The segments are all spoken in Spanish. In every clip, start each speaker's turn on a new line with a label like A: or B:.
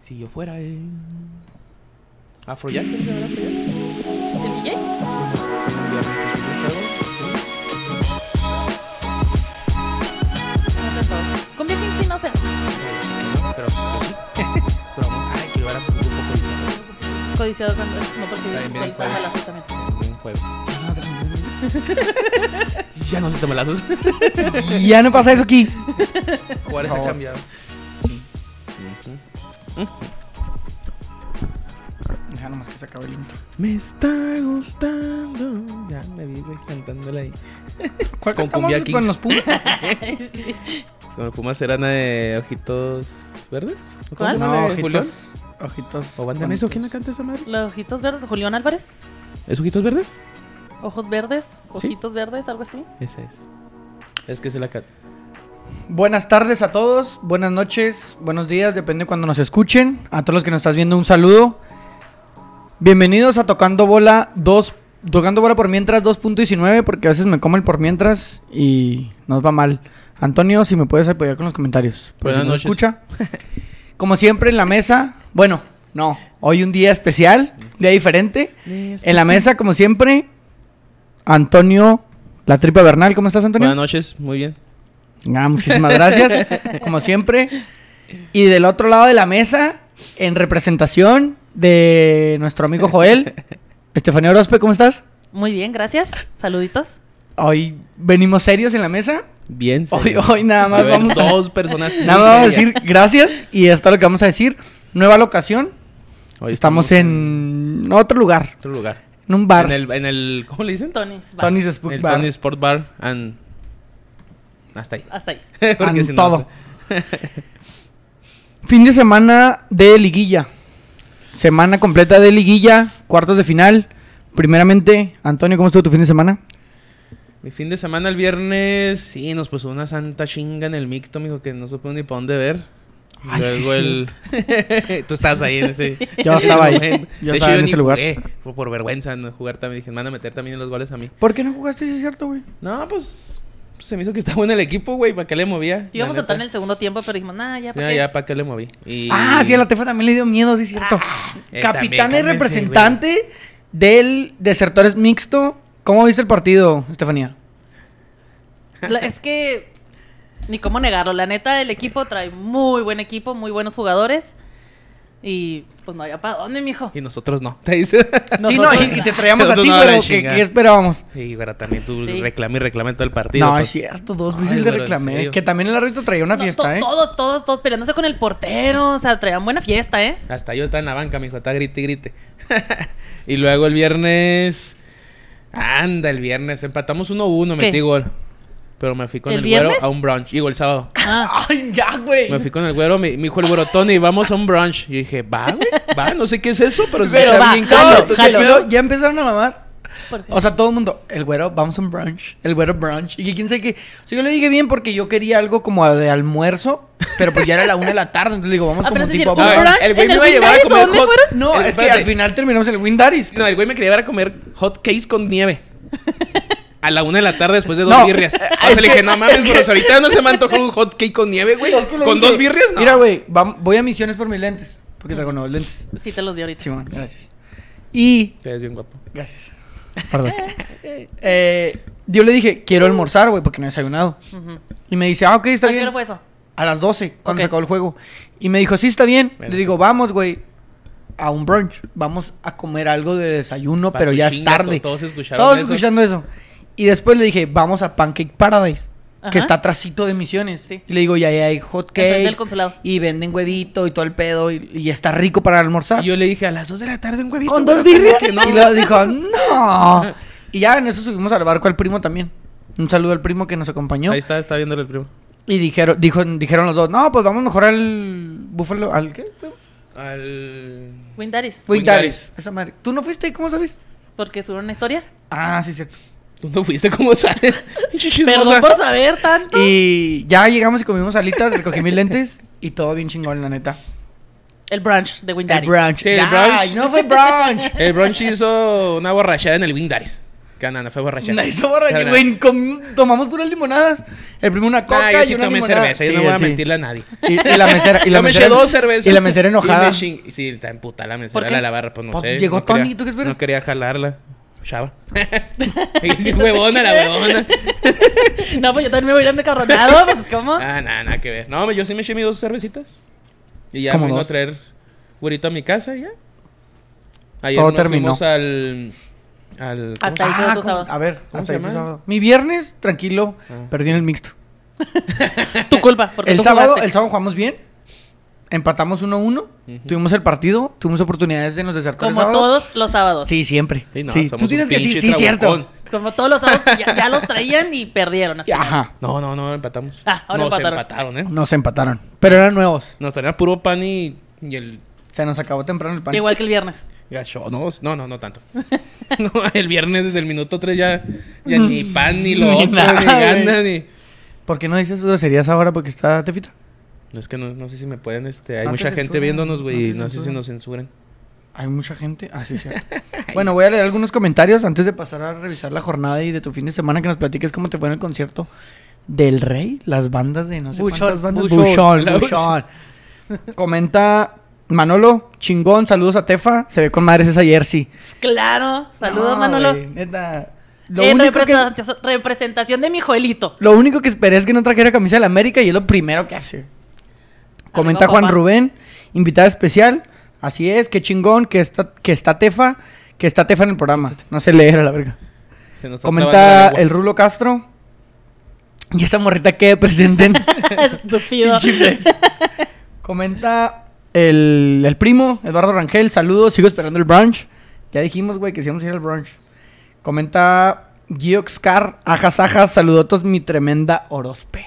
A: Si yo fuera en. Afrojack, ¿cómo se llama Afrojack?
B: ¿El DJ? No me acuerdo. Cumbia King no sé.
A: Pero, pero sí. Pero vamos a equilibrar un poco
B: Codiciado cuando no porque
A: También
B: soy
A: fue.
B: baja
C: pues.
B: la también.
A: el- el juego. Ya no te malazos.
C: Ya no pasa eso aquí.
A: Juárez ha
C: favor.
A: cambiado.
C: Ya nomás que se acabó el intro.
A: Me está gustando. Ya me vi, güey, cantándola ahí.
C: ¿Cuál
A: Con
C: cantamos?
A: Cumbia
C: Con
A: Kings.
C: los pumas.
A: Con la Puma Serana de Ojitos Verdes. ¿O cómo se
B: ¿Cuál?
A: llama
C: No,
A: la de Julián?
C: ojitos. Ojitos.
A: Ah, ¿O Banda Meso?
C: bonitos.
A: ¿Quién la canta esa madre?
B: Los ojitos verdes, Julián Álvarez.
A: ¿Es Ojitos Verdes?
B: Ojos verdes,
A: Sí.
B: ojitos verdes, algo así.
A: Esa es. Es que se la canta.
C: Buenas tardes a todos, buenas noches, buenos días, depende cuando nos escuchen. A todos los que nos estás viendo, un saludo. Bienvenidos a Tocando Bola 2, Tocando Bola por Mientras 2.19, porque a veces me como el por mientras y nos va mal. Antonio, si me puedes apoyar con los comentarios. por si
A: Buenas noches.
C: nos escucha. Como siempre en la mesa, bueno, no, hoy un día especial, día diferente. En la mesa, como siempre, Antonio, la tripa Bernal, ¿cómo estás, Antonio?
A: Buenas noches, muy bien.
C: Ah, muchísimas gracias, como siempre. Y del otro lado de la mesa, en representación de nuestro amigo Joel, Estefanía Orozpe, ¿cómo estás?
B: Muy bien, gracias. Saluditos.
C: Hoy venimos serios en la mesa.
A: Bien.
C: Hoy,
A: serio.
C: hoy nada
A: Va
C: más
A: a haber
C: vamos,
A: dos personas.
C: nada más vamos a decir gracias y es todo lo que vamos a decir. Nueva locación.
A: Hoy
C: estamos en otro lugar,
A: otro lugar.
C: en un bar.
A: En el, en el ¿cómo le dicen?
B: Tonis. va.
C: Tony's Spook
A: el
C: Bar.
A: Tony Sport Bar and hasta ahí.
B: Hasta ahí.
C: And
A: si no-
C: todo. Fin de semana de liguilla. Semana completa de liguilla, cuartos de final. Primeramente, Antonio, ¿cómo estuvo tu fin de semana?
A: Mi fin de semana el viernes, sí, nos puso una santa chinga en el mixto, mijo, que no supe ni para dónde ver.
C: Ay, sí,
A: Luego el... Tú estabas ahí en ese...
C: Yo estaba ahí.
A: momento. de hecho,
C: Yo estaba
A: yo
C: en
A: ni
C: ese lugar.
A: jugué, por, por vergüenza no jugar también. Dije, me van a meter también en los goles a mí.
C: ¿Por qué no jugaste? Sí, Es cierto, güey.
A: No, pues... Se me hizo que estaba bueno el equipo, güey. ¿Para qué le movía?
B: Íbamos a
A: La neta.
B: entrar en el segundo tiempo, pero dijimos, nah, ya, ¿para
A: Ya,
B: qué?
A: ya, ¿para qué le moví? Y-
C: Ah, sí, a la Tefa también le dio miedo, sí, es cierto.
A: eh,
C: Capitán
A: también,
C: y
A: cálmense,
C: representante del Desertores Mixto. ¿Cómo viste el partido, Estefanía?
B: La- es que ni cómo negarlo. La neta, el equipo trae muy buen equipo, muy buenos jugadores. Y pues no había para dónde, mijo.
A: Y nosotros no, te dice.
C: sí, no, y, y te traíamos a
A: Nosotros
C: ti,
A: no, la
C: pero ¿qué,
A: chingada.
C: qué esperábamos?
A: Sí, pero también tú
B: Sí.
A: reclamé y reclamé todo el partido.
C: No,
A: pues.
C: es cierto, dos
A: Ay,
C: veces le
A: pero en
C: reclamé.
A: serio.
C: Que también el árbitro traía una
B: No,
C: fiesta,
B: to-
C: ¿eh?
B: Todos, todos, todos peleándose con el portero. O sea, traían buena fiesta, ¿eh?
A: Hasta yo estaba en la banca, mijo, está grite y grite. y luego el viernes. Anda, el viernes. Empatamos 1-1,
B: ¿Qué?
A: metí gol. Pero me fui con
B: ¿El
A: el, güero
B: viernes?
A: a un brunch. Digo, el sábado.
C: Ay, ya, güey.
A: Me fui con el güero, me, me dijo el güero, Tony, vamos a un brunch. Yo dije, va, güey, va, no sé qué es eso, pero se
B: Pero
A: escucha
B: va,
A: bien
B: jalo,
A: cabrón.
C: Entonces,
B: jalo.
C: pero ya empezaron a mamar.
B: Porque-
C: O sea, todo el mundo, el güero, vamos a un brunch. El güero brunch. Y que quién sabe qué. O sea, yo le dije bien porque yo quería algo como de almuerzo, pero pues ya era la una de la tarde. Entonces le digo, vamos como
B: Apenas
C: un
B: Ah, decir,
C: tipo.
B: un
A: a ver,
B: brunch
A: Ah, el güey
B: en
A: me
B: el
A: iba a llevar a
B: Windaris, ¿o
A: comer
B: dónde
A: hot-
B: fueron?
C: No,
A: Eh,
C: es que
A: espérate.
C: al final terminamos en el Windaris.
A: No, el güey me quería llevar a comer hot cakes con nieve. A la una de la tarde después de dos
C: No, eh,
A: birrias. O
C: es
A: sea, le
C: que-
A: dije, no mames,
C: es
A: pero ahorita no se me antojó un hot cake con nieve, güey. Con dos birrias, no.
C: Mira, güey, vam- voy a misiones por mis lentes. Porque traigo nuevos lentes.
B: Sí, te los di ahorita.
C: Simón, gracias. Y
A: Te ves bien guapo.
C: Gracias. Perdón. Eh, yo le dije, quiero almorzar, güey, porque no he desayunado.
B: Ujú.
C: Y me dice, ah, ok, está
B: ¿A qué
C: bien.
B: hora fue eso?
C: A las 12, cuando se
B: Ok.
C: acabó el juego. Y me dijo, sí, está bien.
A: Bueno,
C: le
A: sí.
C: digo, vamos, güey, a un brunch. Vamos a comer algo de desayuno,
A: Pa'
C: pero
A: su
C: ya es
A: chinga,
C: tarde.
A: to- todos escucharon
C: Todos
A: eso.
C: escuchando eso. Y después le dije, vamos a Pancake Paradise. Que
B: Ajá.
C: está atrasito de misiones.
B: Sí.
C: Y le digo, ya hay hot
B: Enfrente del
C: cakes.
B: consulado.
C: Y venden huevito y todo el pedo. Y, y está rico para almorzar.
A: Y yo le dije, a las dos de la tarde un huevito.
C: Con
A: güey,
C: dos
A: ¿cómo
C: birrias.
A: que no?
C: Y luego dijo, no. Y ya en eso subimos al barco al primo también. Un saludo al primo que nos acompañó.
A: Ahí está, está viéndole el primo.
C: Y dijeron, dijo, dijeron los dos, no, pues vamos mejor al Buffalo, al qué?
A: Al...
B: Windaris.
C: Pues-
A: Wingaris.
C: Wingaris. Esa madre. ¿Tú no fuiste? ¿Cómo sabes?
B: Porque subieron una historia.
C: Ah, sí, cierto.
A: Tú no fuiste como sabes.
B: Perdón
A: Chismosa.
B: por saber tanto.
C: Y ya llegamos y comimos alitas, recogí mis lentes y todo bien chingón, la neta.
B: El brunch de Windaris.
C: brunch.
A: Sí, el
C: Ya,
A: brunch.
C: No fue brunch.
A: El brunch hizo una borrachera en el Windaris. ¿Qué no, no fue borracha.
C: La hizo borracha, güey. com- Tomamos puras limonadas. El primo una coca
A: Nah,
C: y
A: Ah, yo sí
C: una
A: tomé
C: limonada.
A: cerveza, yo
C: Sí,
A: no voy a
C: sí.
A: mentirle a nadie.
C: Y, y la mesera. Y la
A: Yo me
C: mesera
A: eché dos cervezas.
C: Y la mesera enojada.
A: Y me ching- Sí, está emputada la mesera
B: ¿Por qué?
A: de la barra, pues no
C: Pues
A: sé.
C: llegó
A: no quería-
C: Tony, ¿tú qué esperas?
A: No quería jalarla. Chava. Y sí, huevona la huevona.
B: No, pues yo también me voy a ir encabronado, pues ¿cómo?
A: Ah, nada, nada que ver. No, yo sí me eché mis dos cervecitas. Y ya
C: ¿Cómo
A: me vino a
C: dos?
A: traer güerito a mi casa y ya. Ayer
C: Todo
A: nos
C: terminó.
A: fuimos al... al ¿cómo
B: Hasta ahí
C: Ah,
B: quedó tu
C: ¿cómo?
B: sábado.
C: a ver,
A: ¿Cómo
C: hasta
A: se
C: ahí tu
A: llama?
C: sábado. Mi viernes, tranquilo,
A: Ah.
C: perdí en el mixto.
B: Tu culpa, porque
C: El
B: tú
C: sábado,
B: jugaste.
C: el sábado jugamos bien. Empatamos 1-1.
A: Ujú.
C: Tuvimos el partido. Tuvimos oportunidades en los desertores.
B: Como
C: sábados.
B: todos los sábados.
C: Sí, siempre.
A: Sí, no,
C: Sí.
A: somos
C: Tú
A: un
C: tienes que sí,
A: pinche
C: sí, cierto.
A: trabucón.
B: Como todos los sábados ya, ya los traían y perdieron.
C: Ajá.
A: No, no, no, empatamos.
B: Ah, ahora
A: Nos
B: empataron.
A: empataron, ¿eh?
C: Nos empataron. Pero eran nuevos.
A: Nos traían puro pan y, y el
C: Se nos acabó temprano el pan.
B: Igual que el viernes.
A: gacho. No, no, no, no tanto. No, el viernes desde el minuto 3 ya, ya ni pan, ni lo
C: Ni
A: otro,
C: nada,
A: ni
C: güey.
A: ganas, ni...
C: ¿Por qué no dices groserías ahora porque está Tefita?
A: No, es que no, no sé si me pueden, este... Hay
C: No te
A: mucha gente
C: censuran,
A: viéndonos,
C: no
A: güey,
C: te
A: y no sé si
C: censuran.
A: nos censuran.
C: Hay mucha gente. Ah, sí, sí. bueno, voy a leer algunos comentarios antes de pasar a revisar la jornada y de tu fin de semana que nos platiques cómo te fue en el concierto del Rey, las bandas de no sé
B: Buchón,
C: cuántas bandas.
B: Buchón.
A: La
C: Buchón. Comenta Manolo, chingón, saludos a Tefa, se ve con madres esa jersey.
B: Claro. Saludos,
C: No,
B: Manolo. Eh, pues
C: güey, neta. Lo,
B: en
C: único que,
B: representación, representación de mi Joelito.
C: lo único que esperé es que no trajera camisa de la América y es lo primero que hace. Comenta
B: Arriba,
C: Juan
B: papá.
C: Rubén, invitada especial. Así es, qué chingón, que está, que está Tefa, que está Tefa en el programa. No sé leer a la verga.
A: Se nos está
C: Comenta
A: trabando la
C: el
A: lengua.
C: Rulo Castro. Y esa morrita que presenten.
B: Estúpido.
C: Comenta el, el primo, Eduardo Rangel. Saludos, sigo esperando el brunch. Ya dijimos, güey, que sí íbamos a ir al brunch. Comenta Gioxcar, ajas, ajas, saludotos, mi tremenda Orozpe.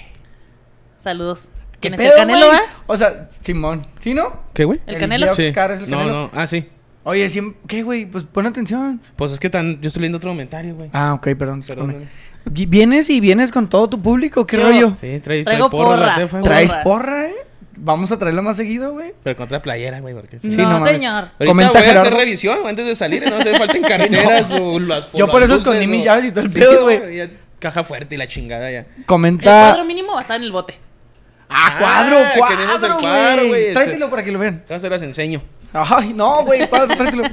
B: Saludos.
C: ¿Qué
B: ¿Quién es
C: pedo,
B: el Canelo, eh?
C: güey?
B: va?
C: O sea, Simón. ¿Sí, no?
A: ¿Qué, güey?
B: ¿El Canelo?
A: Sí.
C: Gioxcar es el
A: no,
C: Canelo.
A: no, ah, sí.
C: Oye, sí, ¿qué, güey? Pues pon atención.
A: Pues es que tan... yo estoy leyendo otro comentario, güey.
C: Ah, ok, perdón.
A: Perdóname.
C: Vi- ¿Vienes y vienes con todo tu público? ¿Qué
B: Yo-
C: rollo?
A: Sí, trae, trae porra,
B: Traigo porra.
A: la tefa, güey.
C: ¿Traes
B: Porra.
C: porra, eh? Vamos a traerlo más seguido, güey.
A: Pero contra playera, güey, porque
C: Sí,
B: no,
C: no mames.
B: señor.
A: Ahorita
C: Comenta
A: voy a hacer
C: Gerardo.
A: revisión güey, antes de salir, no hace falta en carteras o las
C: Yo
A: o
C: por
A: las
C: eso escondí
A: luces,
C: mis
A: o-
C: llaves y todo el
A: Sí,
C: pedo,
A: no,
C: güey.
A: ya, Caja fuerte y la chingada ya.
B: El
C: Comenta.
B: cuadro mínimo va a estar en el bote.
C: Ah, cuadro,
A: queremos el
C: cuadro,
A: cuadro,
C: güey.
A: güey. este.
C: Tráetelo para que lo vean.
A: Ya se las enseño.
C: Ay, no, güey, cuadro, tráetelo.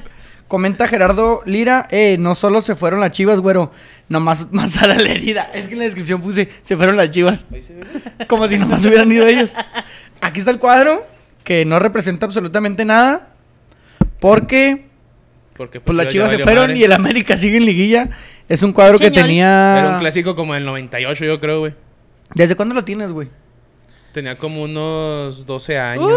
C: Comenta Gerardo Lira, eh, no solo se fueron las chivas, güero, nomás más a la herida. Es que en la descripción puse, se fueron las chivas.
A: Ahí se ve.
C: Como si nomás hubieran ido ellos. Aquí está el cuadro, que no representa absolutamente nada, porque
A: Porque
C: pues las
A: ya
C: chivas se
A: valió
C: fueron
A: madre.
C: y el América sigue en liguilla. Es un cuadro que
B: Chiñol.
A: Era un
C: tenía...
A: clásico como del 98, yo creo, güey.
C: ¿Desde cuándo lo tienes, güey?
A: Tenía como unos 12 años,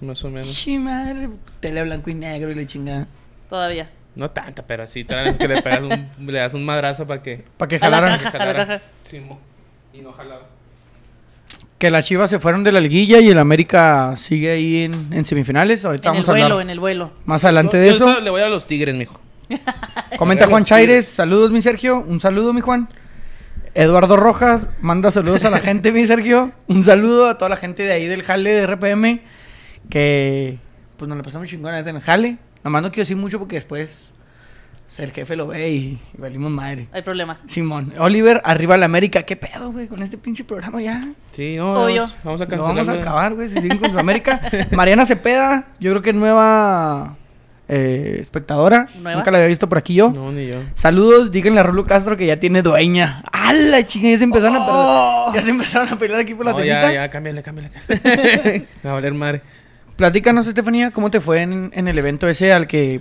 C: Uh.
A: más o menos.
C: Sí, madre, tele blanco y negro y la chingada.
B: Todavía.
A: No tanta, pero sí, tal vez que le pegas un, le das un madrazo para que
C: Para que
B: A la
C: jalaran.
B: caja, a la
A: jalara.
B: caja.
A: Sí, mo- y no jalaba.
C: Que las Chivas se fueron de la liguilla y el América sigue ahí en, en semifinales. Ahorita
B: En el
C: vamos a hablar
B: vuelo, en el vuelo.
C: más adelante
A: Yo-
C: de
A: yo
C: eso.
A: ahorita Le voy a los tigres, mijo.
C: Comenta
A: Los
C: Juan Chaires.
A: Tigres.
C: Saludos, mi Sergio. Un saludo, mi Juan. Eduardo Rojas manda saludos a la gente, mi Sergio. Un saludo a toda la gente de ahí del Jale de RPM. Que pues nos la pasamos chingona en el Jale. Nomás no quiero decir mucho porque después o sea, el jefe lo ve y, y valimos madre.
B: Hay problema.
C: Simón, Oliver, arriba la América. ¿Qué pedo, güey? Con este pinche programa ya.
A: Sí, no,
B: Obvio.
A: vamos, vamos a
C: Lo
A: cancelar.
C: vamos a
A: la-
C: acabar, güey, si siguen con América. Mariana Cepeda, yo creo que nueva eh, espectadora.
B: ¿Nueva?
C: Nunca la había visto por aquí yo.
A: No, ni yo.
C: Saludos, díganle a Rulo Castro que ya tiene dueña. ¡A la chinga! Ya se empezaron a
B: Oh.
C: pelear. Ya se empezaron a pelear aquí por la
A: No, ya,
C: tefita.
A: ya, cámbiale, cámbiale. Me va a valer madre.
C: Platícanos, Estefanía, ¿cómo te fue en, en el evento ese al que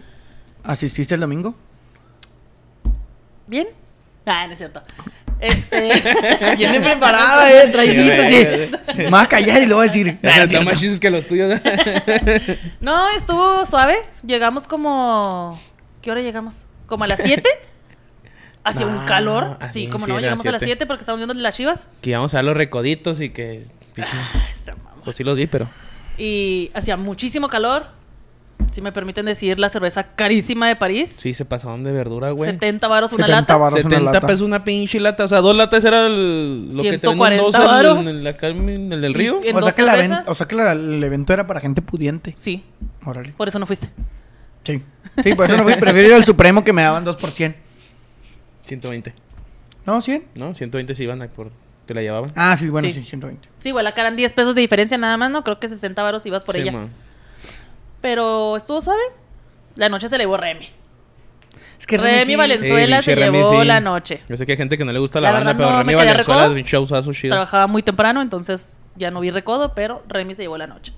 C: asististe el domingo?
B: ¿Bien? Ah, no es cierto. Este.
C: Viene preparada, eh, traidita,
A: Sí, güey,
C: sí. Me va a callar y lo voy a decir.
A: Ya
C: Nah,
A: se
C: es
A: está
C: cierto.
A: más chistes que los tuyos.
B: no, estuvo suave. Llegamos como. ¿Qué hora llegamos? ¿Como a las 7? Hacía
A: Ah,
B: un calor.
A: ah,
B: Sí,
A: sí,
B: como
A: sí,
B: no,
A: era
B: llegamos a las
A: siete.
B: 7 porque estábamos viendo las chivas.
A: que íbamos a dar los recoditos y que. pinche,
B: Esa mamá.
A: Pues sí los di, pero.
B: Y hacía muchísimo calor. Si me permiten decir, la cerveza carísima de París.
A: Sí, se pasaron de verdura, güey.
B: 70 varos una
C: 70
B: lata.
C: varos una
A: 70
C: lata.
A: pesos una pinche lata. O sea, dos latas era el, lo que te
B: 140
A: venden dos en el-
B: varos.
A: en el, acá en el del río.
B: Y- en
C: O sea
B: dos
C: que, la ven-
B: cervezas.
C: o sea que la- el evento era para gente pudiente.
B: Sí,
C: Órale.
B: por eso no fuiste.
C: Sí. Sí, por eso no fui. Prefiero ir al Supremo que me daban 2 por 100.
A: 120.
C: ¿No? ¿100?
A: ¿No? 120 si iban a por... Te la llevaban.
C: Ah, sí, bueno, sí,
B: Sí.
C: 120.
B: Sí, igual acá eran 10 pesos de diferencia nada más, ¿no? Creo que 60 varos ibas por
A: Sí,
B: ella.
A: ma.
B: Pero estuvo suave. La noche se la llevó Remy.
C: Es que
B: Remy,
C: sí-
A: Sí,
B: Valenzuela
A: pinche
B: se
A: Remy,
B: llevó
A: sí.
B: la noche.
A: Yo sé que hay gente que no le gusta la,
B: La
A: banda,
B: verdad,
A: pero
B: no,
A: Remy
B: me quedé
A: Valenzuela es
B: recodo.
A: un showzazo chido.
B: Trabajaba muy temprano, entonces ya no vi recodo, pero Remy se llevó la noche.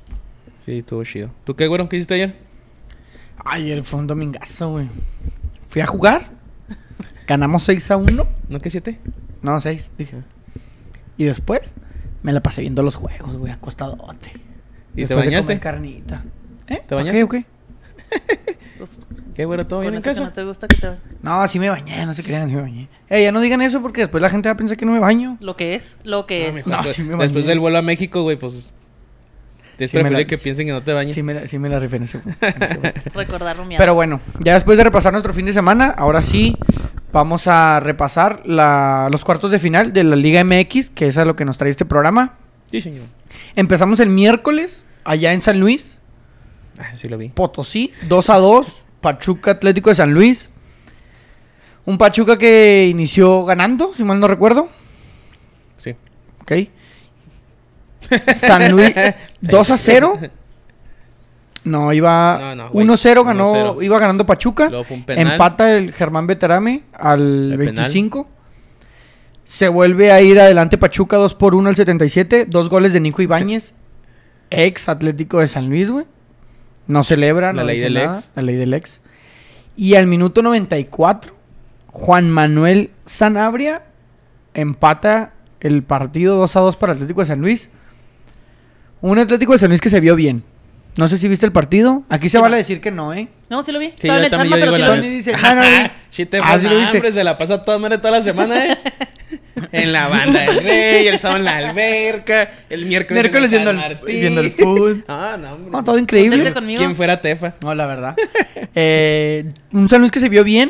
A: Sí, estuvo chido. ¿Tú qué, güero? ¿Qué hiciste ayer?
C: Ay, el fue un domingazo, güey. Fui a jugar. Ganamos 6 a 1.
A: ¿No que siete?
C: No, 6, dije. Y después me la pasé viendo los juegos, güey, acostadote.
A: ¿Y te
C: Después de comer
A: bañaste?
C: carnita. ¿Eh?
A: ¿Te
C: ¿Pa'
A: bañaste?
C: ¿Qué o qué?
B: Pues,
A: ¿Qué, güero? ¿Todo
B: con
A: bien en
B: eso que
A: casa?
B: no te gusta que te-
C: No, sí me bañé, no se crean, sí me bañé. Eh, ya no digan eso porque después la gente va a pensar que no me baño.
B: Lo que es, lo que
A: No,
B: es.
A: mijo,
C: No,
A: pues,
C: sí me
A: Después
C: bañé.
A: del vuelo a México, güey, pues... Es
C: Sí me la-
A: preferible que piensen que no te bañes.
C: Sí me la, sí me la referencia.
B: Recordar rumiar.
C: Pero bueno, ya después de repasar nuestro fin de semana, ahora sí vamos a repasar la- los cuartos de final de la Liga MX, que es a lo que nos trae este programa.
A: Sí, señor.
C: Empezamos el miércoles, allá en San Luis,
A: Ah, sí lo vi.
C: Potosí, 2 a 2, Pachuca Atlético de San Luis. Un Pachuca que inició ganando, si mal no recuerdo.
A: Sí.
C: Ok. San Luis 2 a 0. No, iba
A: No, no, güey.
C: 1-0 ganó,
A: 1-0.
C: iba ganando Pachuca.
A: Luego fue un penal.
C: Empata el Germán Beterame al
A: El penal.
C: 25. Se vuelve a ir adelante Pachuca 2 por 1 al 77, dos goles de Nico Ibáñez, ex Atlético de San Luis, güey. No celebra,
A: La
C: no
A: ley
C: dice
A: del
C: nada,
A: ex.
C: la ley del ex. Y al minuto 94, Juan Manuel Sanabria empata el partido 2 a 2 para Atlético de San Luis. Un Atlético de San Luis que se vio bien. No sé si viste el partido. Aquí se
B: Sí,
C: vale
B: no.
C: decir que no, ¿eh?
B: No, sí lo vi.
A: Sí,
B: Estaba en
A: yo
B: el
A: también,
B: Salma,
A: yo
B: pero sí
A: digo la
B: lo vi.
C: Tony dice, "Ah, no, no".
A: Sí te
C: Ah,
A: pasa,
C: sí lo viste.
A: hambre, se la pasa toda madre toda la semana, ¿eh? en la banda del rey, el sábado en la alberca, el miércoles,
C: Miércoles
A: en el
C: viendo
A: San
C: el,
A: Martín.
C: viendo el fútbol.
A: Ah, no, hombre.
C: No, todo
B: Pónganse
C: increíble.
B: conmigo.
A: ¿Quién fuera Tefa?
C: No, la verdad. Eh, un San Luis que se vio bien.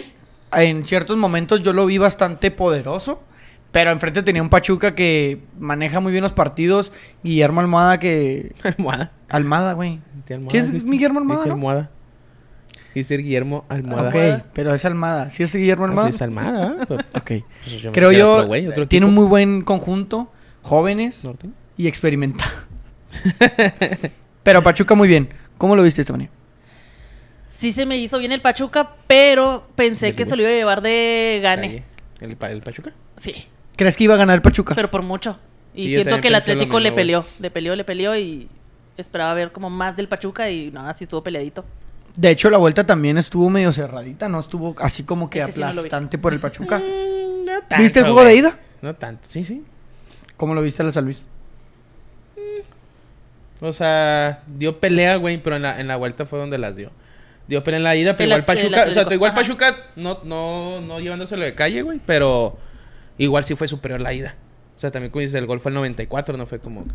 C: En ciertos momentos yo lo vi bastante poderoso. Pero enfrente tenía un Pachuca que maneja muy bien los partidos. Guillermo Almada que...
A: Almohada.
C: Almada, güey.
A: Dije Almohada,
C: ¿Quién es
A: ¿viste?
C: Guillermo Almada,
A: Dije
C: no?
A: Almohada. Dice Guillermo Almohada.
C: Ok, pero es Almada. ¿Sí es Guillermo Almada?
A: Dice Almada. ¿eh? Pero-
C: Ok.
A: pues, me
C: Creo
A: queda
C: yo,
A: otro güey, otro
C: tiene
A: equipo.
C: un muy buen conjunto, jóvenes
A: Norte.
C: y experimentados. Pero Pachuca muy bien. ¿Cómo lo viste, Estefanía?
B: Sí se me hizo bien el Pachuca, pero pensé que se lo iba a llevar de gane.
A: Ahí, ¿El, pa- el Pachuca?
B: Sí,
C: ¿Crees que iba a ganar Pachuca?
B: pero por mucho.
A: Sí,
B: Y
A: yo
B: siento
A: también
B: que el
A: pensé lo
B: Atlético le
A: mismo, güey.
B: peleó, le peleó, le peleó y esperaba ver como más del Pachuca y nada, sí estuvo peleadito.
C: De hecho, la vuelta también estuvo medio cerradita, ¿no? Estuvo así como que
B: Ese sí no lo vi.
C: aplastante por el Pachuca.
A: Mm, no
C: ¿Viste el
A: tanto,
C: juego de
A: güey.
C: ida?
A: No tanto, sí, sí.
C: ¿Cómo lo viste a la San Luis?
A: O sea, dio pelea, güey, pero en la, en la vuelta fue donde las dio. Dio pelea en la ida, pero igual
B: El at- el
A: Pachuca, o sea,
B: Atlético,
A: igual
B: ajá.
A: Pachuca no, no, no llevándoselo de calle, güey, pero igual sí fue superior la ida. O sea, también como dices, el gol fue el 94, no fue como... que-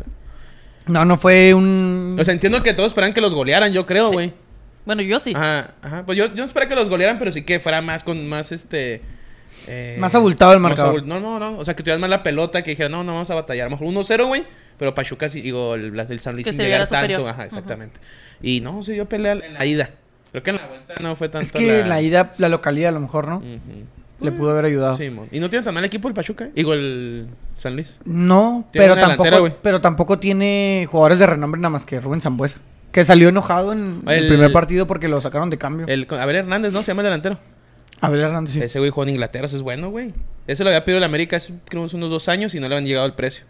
C: No, no fue un...
A: O sea, entiendo que todos esperan que los golearan, yo creo,
B: Sí.
A: güey.
B: Bueno, yo sí.
A: Ajá, ajá. Pues yo, yo no esperaba que los golearan, pero sí que fuera más con más este. eh,
C: Más abultado el
A: más
C: marcador.
A: abul- No, no, no. O sea, que tuvieras más la pelota, que dijeran, no, no vamos a batallar. A lo mejor 1-0, güey. Pero Pachuca, sí, digo, el, las del San Luis
B: Que
A: sin
B: se
A: llegar
B: viera superior.
A: tanto. Ajá, exactamente. Y no, se dio pelea en la ida. Creo que en la vuelta no fue tanto.
C: es que la... ida, la localidad a lo mejor, ¿no?
A: Ujú.
C: Le pudo haber ayudado.
A: Sí, mon. Y no tiene tan mal equipo el Pachuca. eh. Digo, el San Luis.
C: No,
A: Tiene
C: pero
A: una delantera,
C: tampoco,
A: güey.
C: pero tampoco tiene jugadores de renombre nada más que Rubén Zambuesa. Que salió enojado en el,
A: El-
C: primer partido porque lo sacaron de cambio.
A: El, Abel Hernández, ¿no? Se llama el delantero.
C: Abel Hernández, sí.
A: Ese güey jugó en Inglaterra, ese es bueno, güey. Ese lo había pedido el América hace creo, hace unos dos años y no le habían llegado el precio.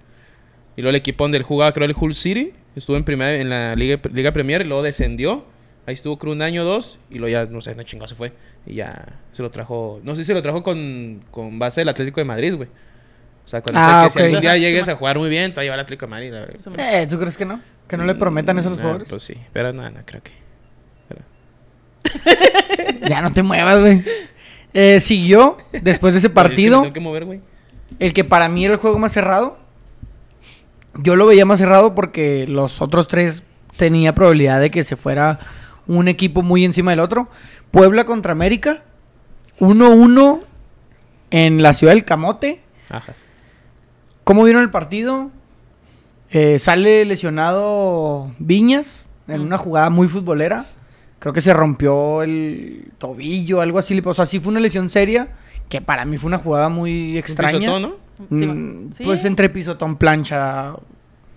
A: Y luego el equipo donde él jugaba, creo el Hull City, estuvo en primera en la Liga, Liga Premier y luego descendió. Ahí estuvo creo un año o dos y luego ya, no sé, no chingado se fue. Y ya se lo trajo, no sé si se lo trajo con, con base del Atlético de Madrid, güey. O sea, con
C: Ah,
A: eso de que si
C: ok.
A: algún día
B: Ajá,
A: llegues
B: Simón.
A: a jugar muy bien, te va a llevar al Atlético de Madrid. la verdad.
C: Eh, ¿Tú crees que no? Que no le prometan eso a los
A: Ah,
C: jugadores.
A: Pues sí, pero nada, no, creo que. pero-
C: Ya no te muevas, güey. Eh, siguió después de ese
A: Sí me
C: partido.
A: tengo que mover, güey.
C: El que para mí era el juego más cerrado. Yo lo veía más cerrado porque los otros tres tenía probabilidad de que se fuera un equipo muy encima del otro. Puebla contra América. 1-1 en la ciudad del Camote.
A: Ajá.
C: ¿Cómo vieron el partido? Eh, sale lesionado Viñas en
B: Mm.
C: una jugada muy futbolera. Creo que se rompió el tobillo, algo así. O sea, sí fue una lesión seria que para mí fue una jugada muy extraña.
A: pisotón, ¿no?
B: Sí,
C: Mm,
B: sí.
C: Pues entre pisotón, plancha,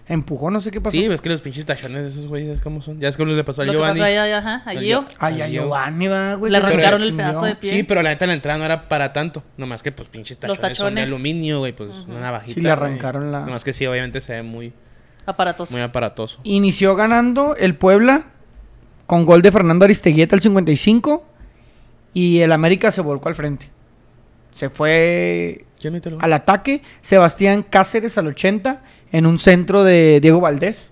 C: empujón, no sé qué pasó.
A: Sí, ves que los pinches tachones de esos güeyes, ¿sabes ¿cómo son? Ya es que le pasó a
B: Lo que
A: Giovanni.
B: pasó ahí, ahí, ajá, a Gio.
C: Ay, ay, Giovanni, va, güey.
B: Le
C: que se
A: arrancaron
B: el
C: lastimó.
B: pedazo de pie.
A: Sí, pero la neta la entrada no era para tanto. Nomás que pues pinches
B: Los
A: tachones, son de
B: tachones.
A: aluminio, güey. Pues una navajita.
C: Sí, le
A: güey.
C: arrancaron la-
A: Nomás que sí, obviamente se ve muy,
B: Aparatos.
A: muy aparatoso.
C: Inició ganando el Puebla con gol de Fernando Aristeguieta al 55 y el América se volcó al frente. Se fue
A: ¿Quién mete el gol?
C: al ataque Sebastián Cáceres al 80 en un centro de Diego Valdés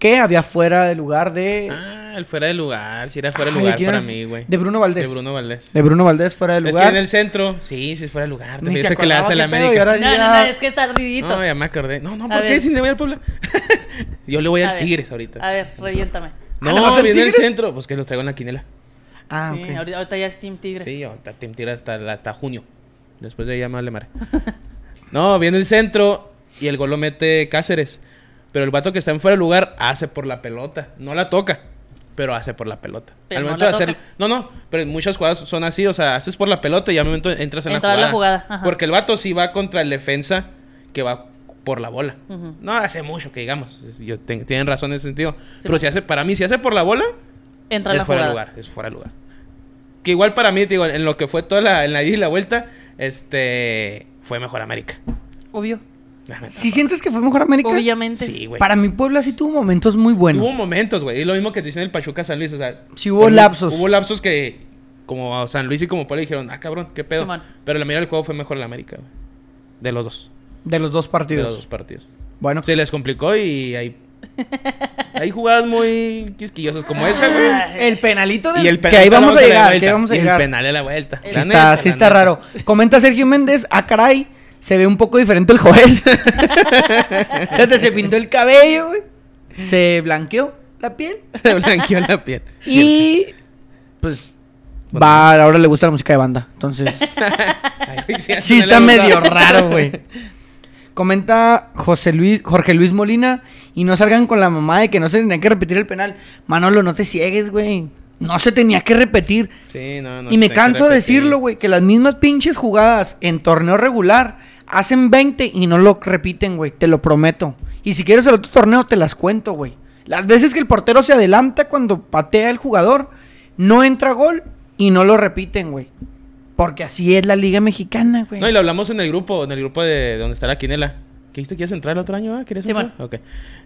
C: que había fuera de lugar de...
A: Ah, el fuera de lugar. Sí, era fuera de
C: Ay,
A: lugar
C: ¿quién
A: para
C: es?
A: mí, güey.
C: De Bruno Valdés.
A: De Bruno Valdés.
C: De Bruno Valdés fuera de
A: Es que
C: lugar.
A: en el centro. Sí, si es fuera de lugar. Te
C: Ni se
A: dice que le hace a la
C: acordaba qué pedo, y
A: América.
C: ahora
B: No, no, no, es que es tardidito.
A: No, ya me acordé. No, no,
B: A
A: ¿por qué?
B: ver.
A: Si le voy al Puebla. Yo le voy
B: A
A: al
B: ver,
A: Tigres ahorita.
B: A ver, reviéntame.
A: No,
C: Ah, ¿le vas al
A: viene el
C: Tigres?
A: centro. Pues que los traigo en la quinela.
C: Ah,
B: Sí,
C: ok.
B: ahorita, ahorita ya es Team Tigres.
A: Sí, ahorita Team Tigres hasta, hasta junio. Después de ahí ya más le mare. No, viene el centro y el gol lo mete Cáceres. Pero el vato que está en fuera de lugar hace por la pelota. No la toca, pero hace por la pelota.
B: Pero
A: al
B: no
A: momento
B: la
A: de hacer.
B: toca.
A: No, no, pero en muchas jugadas son así. O sea, haces por la pelota y al momento entras en
B: Entrar a
A: la
B: la
A: jugada.
B: jugada, ajá.
A: Porque el vato sí va contra el defensa que va por la bola.
B: Ujú.
A: No hace mucho que digamos. Es- yo ten- tienen razón en ese sentido.
B: Sí.
A: Pero si hace, para mí, si hace por la bola,
B: Entra
A: es
B: la
A: fuera de
B: jugada.
A: lugar, es fuera de lugar. Que igual para mí, te digo, en lo que fue toda la, en la ida y la vuelta, este fue mejor América.
B: Obvio.
A: La neta.
C: ¿Sí sientes que fue mejor América?
B: Obviamente.
A: Sí, güey.
C: Para mi Puebla sí tuvo momentos muy buenos.
A: Hubo momentos, güey. Y lo mismo que te dicen el Pachuca San Luis, o sea.
C: Sí hubo lapsos.
A: Hubo lapsos que, como a San Luis y como Puebla dijeron, ah, cabrón, qué pedo.
B: Simón.
A: Pero la mayoría del juego fue mejor el América, güey. De los dos.
C: De los dos
A: De
C: partidos.
A: los dos partidos.
C: Bueno,
A: Se les complicó y ahí. Hay jugadas muy quisquillosas como esa, güey.
C: el penalito del...
A: Y el penal
C: que ahí vamos a
A: la
C: llegar, que
A: vuelta.
C: ahí vamos a
A: Y
C: llegar.
A: El penal de la vuelta.
B: Sí
C: Sí
A: La
C: está,
A: neta,
C: sí
A: la
C: está
A: neta.
C: raro. Comenta Sergio Méndez, ah, caray, se ve un poco diferente el Joel. Fíjate, se pintó el cabello, güey. Se blanqueó la piel.
A: Se blanqueó la piel.
C: Y pues va, ahora le gusta la música de banda. Entonces,
A: Ay, güey, sí,
C: sí
A: no le
C: está
A: gusta.
C: medio raro, güey. Comenta José Luis, Jorge Luis Molina, y no salgan con la mamá de que no se tenía que repetir el penal. Manolo, no te ciegues, güey. No se tenía que repetir.
A: Sí, no, no.
C: Y me
A: tengo que
C: canso de
A: repetir.
C: decirlo, güey, que las mismas pinches jugadas en torneo regular hacen 20 y no lo repiten, güey, te lo prometo. Y si quieres el otro torneo, te las cuento, güey. Las veces que el portero se adelanta cuando patea el jugador, no entra gol y no lo repiten, güey. Porque así es la Liga Mexicana, güey.
A: No, y lo hablamos en el grupo, en el grupo de donde está la quinela. ¿Qué dijiste que ibas a entrar el otro año? ah? ¿Querías
B: Sí,
A: entrar?
B: bueno.
A: Ok.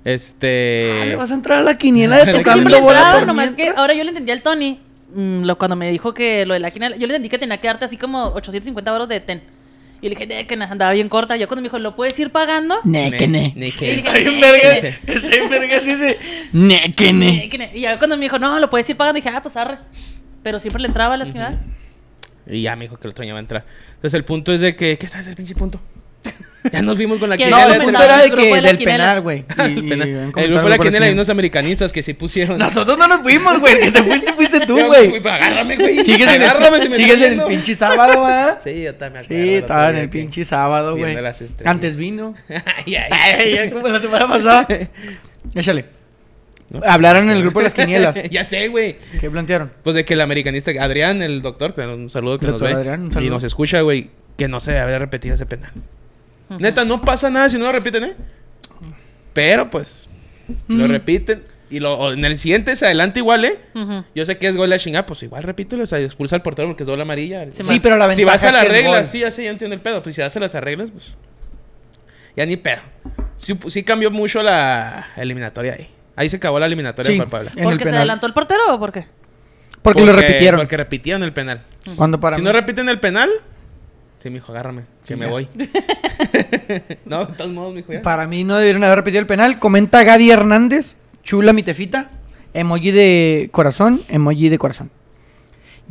A: Este.
C: Ah, le vas a entrar a la quiniela de
A: Pero
B: Sí,
A: Cambio
C: tocando
A: que-
C: bola
B: claro,
C: por
B: nomás que
C: mientras.
B: ahora yo le entendí al Tony. mm, lo, cuando me dijo que lo de la quina, yo le entendí que tenía que darte así como 850 baros de ten. Y le dije, "Nee, que na- andaba bien corta. Ya cuando me dijo, ¿lo puedes ir pagando?
A: Ne-
C: Ne, que ne.
A: ah, ne-
B: Y
A: que-
B: dije,
C: Está
B: "Nee,
C: bien
B: que
C: verga,
B: ne-
C: está bien verga así ese. Ne, que
B: nee,
C: ne.
B: que ne". Y ya cuando me dijo, no, lo puedes ir pagando, dije, ah, pues arre. Pero siempre le entraba a la señora.
A: Y ya me dijo que el otro año va a entrar. Entonces el punto es de que. ¿Qué tal es el pinche punto? Ya nos vimos con la
B: Que
A: quinela.
C: No, el
A: del-
C: punto era de
B: El grupo
C: que
B: de las
C: del
B: quinielas.
C: penal, güey. Y-
A: el
C: y-
A: penal.
C: y-
A: El
C: comentaron
A: grupo de la
C: por
A: quinela y
C: esquina.
A: unos americanistas que sí pusieron.
C: Nosotros no nos fuimos, güey. Que te fuiste, fuiste tú,
A: Yo,
C: güey.
A: pues, Agárrame, güey.
C: Sigues en
A: Agárrame
C: el,
A: si me
C: sigues
A: estás
C: en el
A: viendo.
C: pinche sábado, ¿verdad? Sí,
A: Sí, yo también.
C: estaba en el pinche sábado, güey.
A: viendo las estrellas.
C: Antes vino.
A: Ay, ay,
C: Ay, ya como la semana pasada. Échale.
A: No.
C: Hablaron en el grupo de las Ah, quinielas.
A: ya sé, güey.
C: ¿Qué plantearon?
A: Pues de que el americanista, Adrián, el doctor, que un saludo que
C: Doctor
A: nos ve
C: Adrián, un
A: y
C: saludo.
A: nos escucha, güey, que no se debe haber repetido ese penal. Neta, no pasa nada si no lo repiten, ¿eh? Pero pues, lo repiten y lo, o en el siguiente se adelanta igual, ¿eh?
B: Ujú.
A: Yo sé que es gol la chingada, pues igual repítelo, o sea, expulsa al portero porque es doble amarilla.
B: Sí,
A: O sea,
C: Sí, pero la
A: si
C: ventaja
A: vas a
C: es
A: las
C: que es
A: reglas,
C: gol.
A: sí, ya sé, ya entiendo el pedo. Pues si vas a las reglas, pues. Ya ni pedo. Sí, pues, sí cambió mucho la eliminatoria ahí. Ahí se acabó la eliminatoria
C: Sí.
A: para Puebla.
C: En el
B: ¿Porque se
C: penal.
B: adelantó el portero o por qué?
C: Porque, lo repitieron.
A: Porque repitieron el penal.
C: Cuando para
A: si
C: mí-
A: no repiten el penal, sí, mijo, agárrame, que
C: Sí,
A: me
C: ya.
A: voy. no, de todos modos, mijo, ya.
C: Para mí no debieron haber repetido el penal. Comenta Gaby Hernández. Chula mi tefita. Emoji de corazón. Emoji de corazón.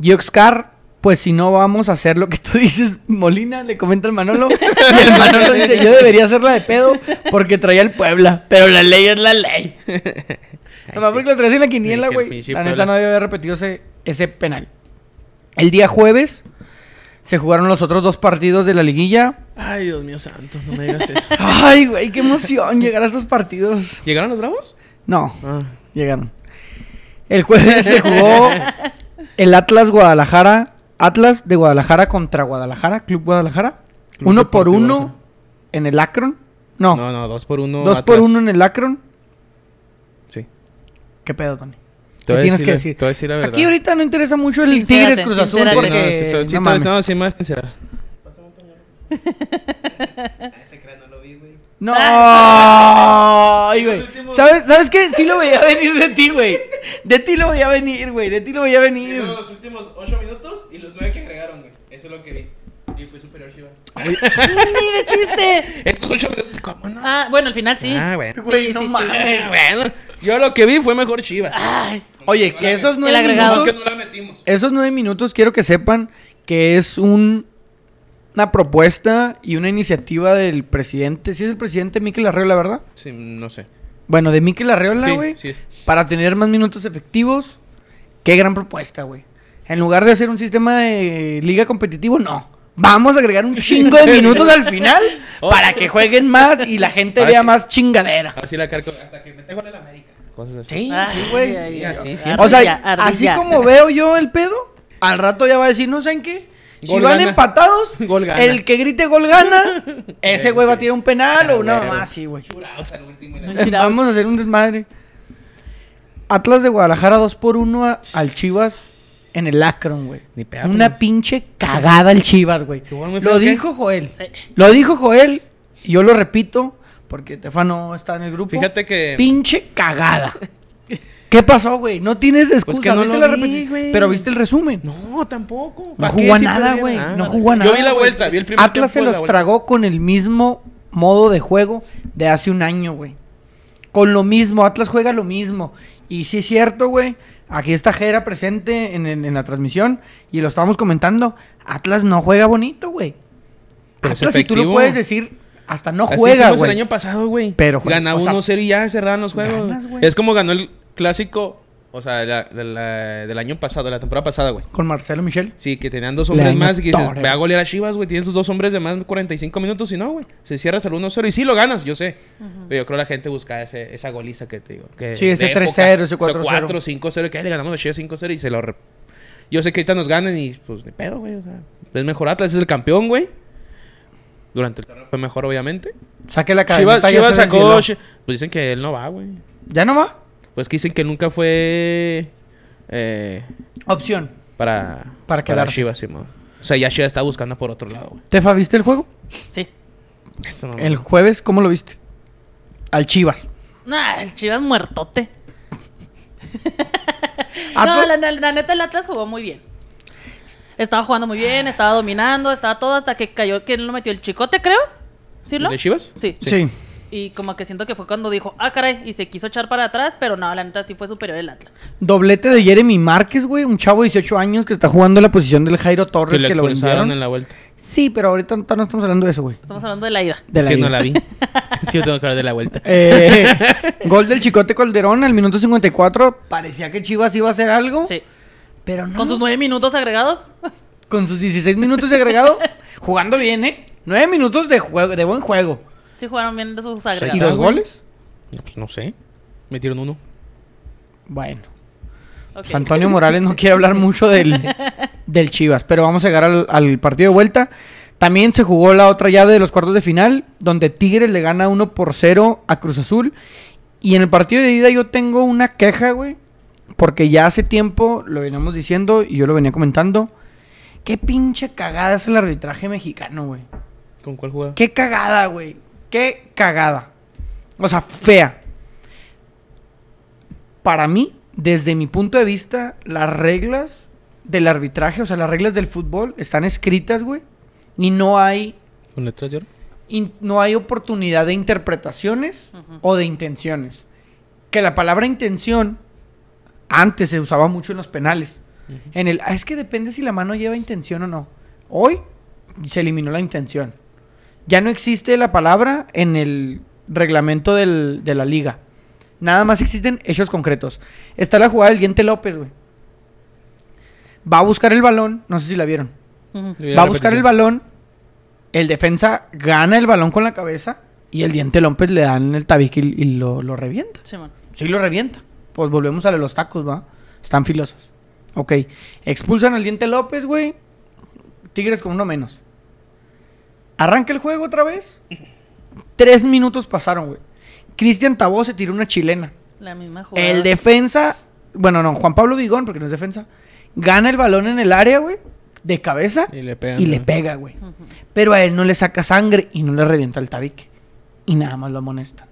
C: Gioxcar. Pues si no vamos a hacer lo que tú dices, Molina, le comenta el Manolo. Y el Manolo dice, yo debería hacerla de pedo porque traía el Puebla. Pero la ley es la ley. Nomás
A: sí.
C: porque lo traes en la
A: Sí, que
C: quiniela,
A: el
C: güey.
A: pinche
C: La neta
A: Puebla.
C: no debe haber repetido ese, ese penal. El día jueves se jugaron los otros dos partidos de la liguilla.
A: Ay, Dios mío santo, no me digas eso.
C: Ay, güey, qué emoción llegar a estos partidos.
A: ¿Llegaron los bravos?
C: No,
A: Ah.
C: llegaron. El jueves se jugó el Atlas Guadalajara Atlas de Guadalajara contra Guadalajara, Club Guadalajara.
A: Club
C: uno por
A: Deportivo
C: uno
A: Guadalajara.
C: en el Akron. No,
A: No, no, dos por uno.
C: dos por
A: Atlas.
C: uno en el Akron.
A: Sí.
C: ¿Qué pedo, Tony?
A: Te voy a
C: ¿Qué tienes
A: decir
C: que
A: la-
C: decir?
A: Te voy a decir la verdad.
C: Aquí ahorita no interesa mucho el
B: Sincérate,
C: Tigres Cruz Azul
B: sincérate.
A: No, sí, te-
C: porque...
A: sí,
C: No,
A: te-
C: mames.
A: no, sí, más sincera. Ese cráneo lo vi, güey.
C: No, ay, güey.
A: Los últimos-
C: ¿Sabes, ¿Sabes qué? Sí lo veía venir de ti, güey. De ti lo veía venir, güey. De ti lo veía venir.
A: los últimos 8 minutos y los 9 que agregaron, güey. Eso es lo que vi. Y fue superior Shiva.
B: ¡Ni de chiste!
A: Estos 8 minutos, ¿cómo no?
B: Ah, bueno, al final sí.
A: Ah, bueno.
C: Güey,
B: Sí,
C: no
B: sí, sí.
C: mames.
A: Eh, bueno, yo lo que vi fue mejor Chivas.
B: Ay,
C: Oye, que esos
B: El
C: nueve
B: agregado.
A: No, es
C: minutos...
A: que no la metimos.
C: Esos nueve minutos quiero que sepan que es un- una propuesta y una iniciativa del presidente. ¿Sí es el presidente Miquel Arreola, verdad?
A: Sí, no sé.
C: Bueno, de Miquel Arreola,
A: Sí,
C: güey.
A: sí es.
C: Para tener más minutos efectivos. Qué gran propuesta, güey. En lugar de hacer un sistema de liga competitivo, no. Vamos a agregar un chingo de minutos al final para que jueguen más y la gente
A: Para
C: vea
A: que-
C: más chingadera.
A: Así la cargo. Hasta que me tengo en el América. Cosas así.
C: Sí,
B: ay,
C: sí, güey.
B: ay,
A: Sí,
B: ay,
A: así,
B: ay,
A: sí.
C: O sea,
B: ardilla,
C: así
B: ardilla.
C: como veo yo el pedo, al rato ya va a decir, no saben qué. Si
A: Gol
C: van
A: gana.
C: empatados,
A: Gol gana.
C: el que grite gol gana, ese güey va a tirar un penal o una
A: Claro.
C: mamá así, güey.
A: Churados al último. y la-
C: Vamos a hacer un desmadre. Atlas de Guadalajara 2 por 1 al Chivas en el Akron, güey.
A: Ni pedo,
C: Una
A: pues.
C: pinche cagada al Chivas, güey.
A: Se jugaron muy
C: Lo
A: feo, ¿qué?
C: dijo Joel.
B: Sí.
C: Lo dijo Joel, y yo lo repito, porque Tefano está en el grupo.
A: Fíjate que-
C: Pinche cagada. ¿Qué pasó, güey? No tienes excusa.
A: Pues que no
C: ¿Viste
A: lo
C: la
A: vi,
C: repeti-
A: güey.
C: Pero viste el resumen.
A: No, tampoco.
C: No
A: ¿Para qué?
C: jugó a
A: Sí
C: nada,
A: perdieron.
C: güey.
A: Ah,
C: No jugó a nada.
A: Yo vi la
C: güey.
A: vuelta, vi el primer
C: Atlas se
A: tiempo de la
C: los
A: vuelta.
C: tragó con el mismo modo de juego de hace un año, güey. Con lo mismo, Atlas juega lo mismo. Y sí es cierto, güey. Aquí está Jera presente en, en- en la transmisión y lo estábamos comentando. Atlas no juega bonito, güey.
A: Pero es
C: Atlas, si tú lo
A: efectivo.
C: puedes decir, hasta no
A: Así
C: juega,
A: hicimos
C: güey.
A: el año pasado, güey.
C: Pero juega,
A: ganaba
C: o sea,
A: 1-0 y ya cerraban los juegos.
C: ganas, güey.
A: es como ganó el clásico, o sea, de la- de la- del año pasado, de la temporada pasada, güey.
C: Con Marcelo Michel.
A: Sí, que tenían dos
C: Le
A: hombres
C: dañó
A: más y que dices,
C: todo,
A: ve
C: güey.
A: a golear a Chivas, güey. Tienes tus dos hombres de más 45 minutos y no, güey. Se cierras al 1-0 y sí lo ganas, yo sé. Pero yo creo que la gente busca ese, esa goliza que te digo. Que
C: Sí, ese
A: de época.
C: 3-0, ese
A: O sea,
C: 4-0.
A: 4, 5-0, que ahí le ganamos a Chivas 5-0 y se lo... re- Yo sé que ahorita nos ganan y pues de pedo, güey. O sea, es mejor Atlas, es el campeón, güey. Durante el torneo fue mejor, obviamente.
C: Saque la
A: Chivas,
C: cabeza.
A: Chivas sacó... Chi- Pues dicen que él no va, güey.
C: ¿Ya no va?
A: Pues que dicen que nunca fue... eh,
C: Opción.
A: para...
C: Para quedarse.
A: Chivas, sí, mo. O sea, ya Chivas está buscando por otro lado, güey.
C: Tefa, ¿viste el juego?
B: Sí.
A: Eso no,
C: El jueves, ¿cómo lo viste? Al Chivas.
B: Nah, el Chivas muertote.
C: Atlas- Ah,
B: No, la, la- la neta el Atlas jugó muy bien. Estaba jugando muy bien, estaba dominando, estaba todo hasta que cayó que lo metió el chicote, creo. ¿Sí
A: ¿El
B: lo?
A: de Chivas?
B: Sí.
C: Sí.
B: Y como que siento que fue cuando dijo, ah, caray, y se quiso echar para atrás, pero no, la neta sí fue superior el Atlas.
C: Doblete de Jeremy Márquez, güey. Un chavo de 18 años que está jugando la posición del Jairo
A: Que
C: Torres
A: le
C: que, lo
A: expulsaron
C: vendieron.
A: en la vuelta.
C: Sí, pero ahorita no, no estamos hablando de eso, güey.
B: Estamos hablando de la ida.
C: De
A: es que
C: ida.
A: no la vi. sí, yo tengo que hablar de la vuelta.
C: Eh, gol del Chicote Calderón al minuto 54. Parecía que Chivas iba a hacer algo.
B: Sí.
C: Pero no.
B: Con sus nueve minutos agregados.
C: Con sus 16 minutos de agregado. jugando bien, ¿eh? 9 minutos de, juego, de buen juego.
B: Sí jugaron bien de sus
A: Ahí
C: ¿Y
A: está,
C: los
B: agregados.
A: güey.
C: goles?
A: No, pues no sé. Metieron uno.
C: Bueno.
B: Ok.
C: Pues Antonio Morales no quiere hablar mucho del, del Chivas, pero vamos a llegar al, al partido de vuelta. También se jugó la otra llave de los cuartos de final, donde Tigres le gana 1 por 0 a Cruz Azul. Y en el partido de ida yo tengo una queja, güey, porque ya hace tiempo lo veníamos diciendo y yo lo venía comentando. Qué pinche cagada es el arbitraje mexicano, güey.
A: ¿Con cuál jugaba?
C: Qué cagada, güey. Qué cagada. O sea, fea. Para mí, desde mi punto de vista, las reglas del arbitraje, o sea, las reglas del fútbol están escritas, güey. Y no hay,
A: ¿Con letras de oro?
C: in- no hay oportunidad de interpretaciones
B: Ujú.
C: o de intenciones. Que la palabra intención antes se usaba mucho en los penales. En el, "Ah, es que depende si la mano lleva intención o no. Hoy se eliminó la intención. Ya no existe la palabra en el reglamento del- de la liga. Nada más existen hechos concretos. Está la jugada del diente López, güey. Va a buscar el balón, no sé si la vieron.
B: Ujú.
A: Sí,
C: Va a
A: la
C: buscar el
A: repetición.
C: balón, el defensa gana el balón con la cabeza y el diente López le dan el tabique y, y lo, lo revienta.
B: Simón.
C: Sí lo revienta. Pues volvemos a lo de los tacos, ¿va? Están filosos. Ok. Expulsan al diente López, güey. Tigres con uno menos. Arranca el juego otra vez. Tres minutos pasaron, güey. Cristian Tabó se tiró una chilena.
B: La misma jugada.
C: El defensa, bueno, no, Juan Pablo Vigón, porque no es defensa, gana el balón en el área, güey, de cabeza
A: Y le pegan,
C: y le
A: ¿no?
C: pega, güey.
B: Ujú.
C: Pero a él no le saca sangre y no le revienta el tabique. Y nada más lo amonestan.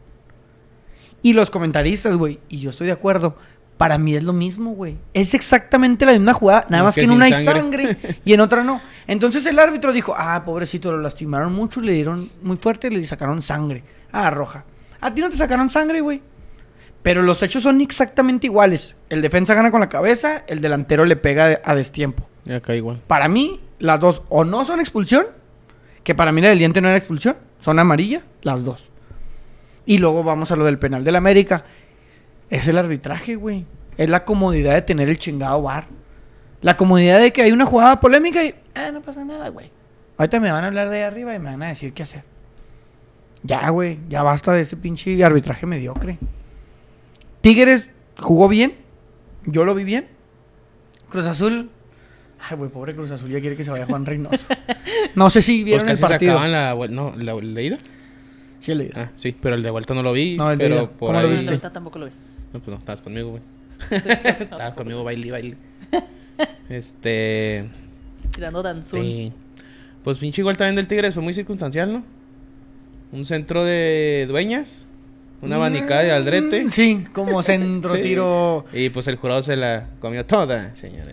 C: Y los comentaristas, güey, y yo estoy de acuerdo, para mí es lo mismo, güey. Es exactamente la misma jugada, nada
A: No,
C: más
A: que
C: que en
A: sin
C: una hay
A: sangre.
C: sangre y en otra no. Entonces el árbitro dijo, ah, pobrecito, lo lastimaron mucho, le dieron muy fuerte, le sacaron sangre. Ah, roja. A ti no te sacaron sangre, güey. Pero los hechos son exactamente iguales. El defensa gana con la cabeza, el delantero le pega a destiempo.
A: Y acá igual.
C: Para mí, las dos o no son expulsión, que para mí la del diente no era expulsión, son amarilla, las dos. Y luego vamos a lo del penal del América. Es el arbitraje, güey. Es la comodidad de tener el chingado bar. La comodidad de que hay una jugada polémica y ah, no pasa nada, güey. Ahorita me van a hablar de ahí arriba y me van a decir qué hacer. Ya, güey, ya basta de ese pinche arbitraje mediocre. Tigres jugó bien. Yo lo vi bien. Cruz Azul. Ay, güey, pobre Cruz Azul, ya quiere que se vaya Juan Reynoso. No sé si
A: Pues
C: vieron
A: casi
C: el
A: se
C: partido.
A: acaban la, vuel- no, la, la ida.
C: Sí, el de ida.
A: Ah, sí, pero el de vuelta no lo vi.
C: No, el de
A: pero
C: ida.
A: por
C: ¿Cómo lo
A: ahí-
B: No,
C: viste?
B: ahorita tampoco lo vi.
A: No, pues no, estabas conmigo, güey.
B: Sí,
A: Estabas conmigo, baile, baile. Este.
B: Tirando danzón.
A: Sí. Pues pinche igual también del Tigres fue muy circunstancial, ¿no? Un centro de dueñas, una abanicada de aldrete.
C: Mm, Sí, como centro
A: Sí.
C: tiro.
A: Y pues el jurado se la comió toda, señores.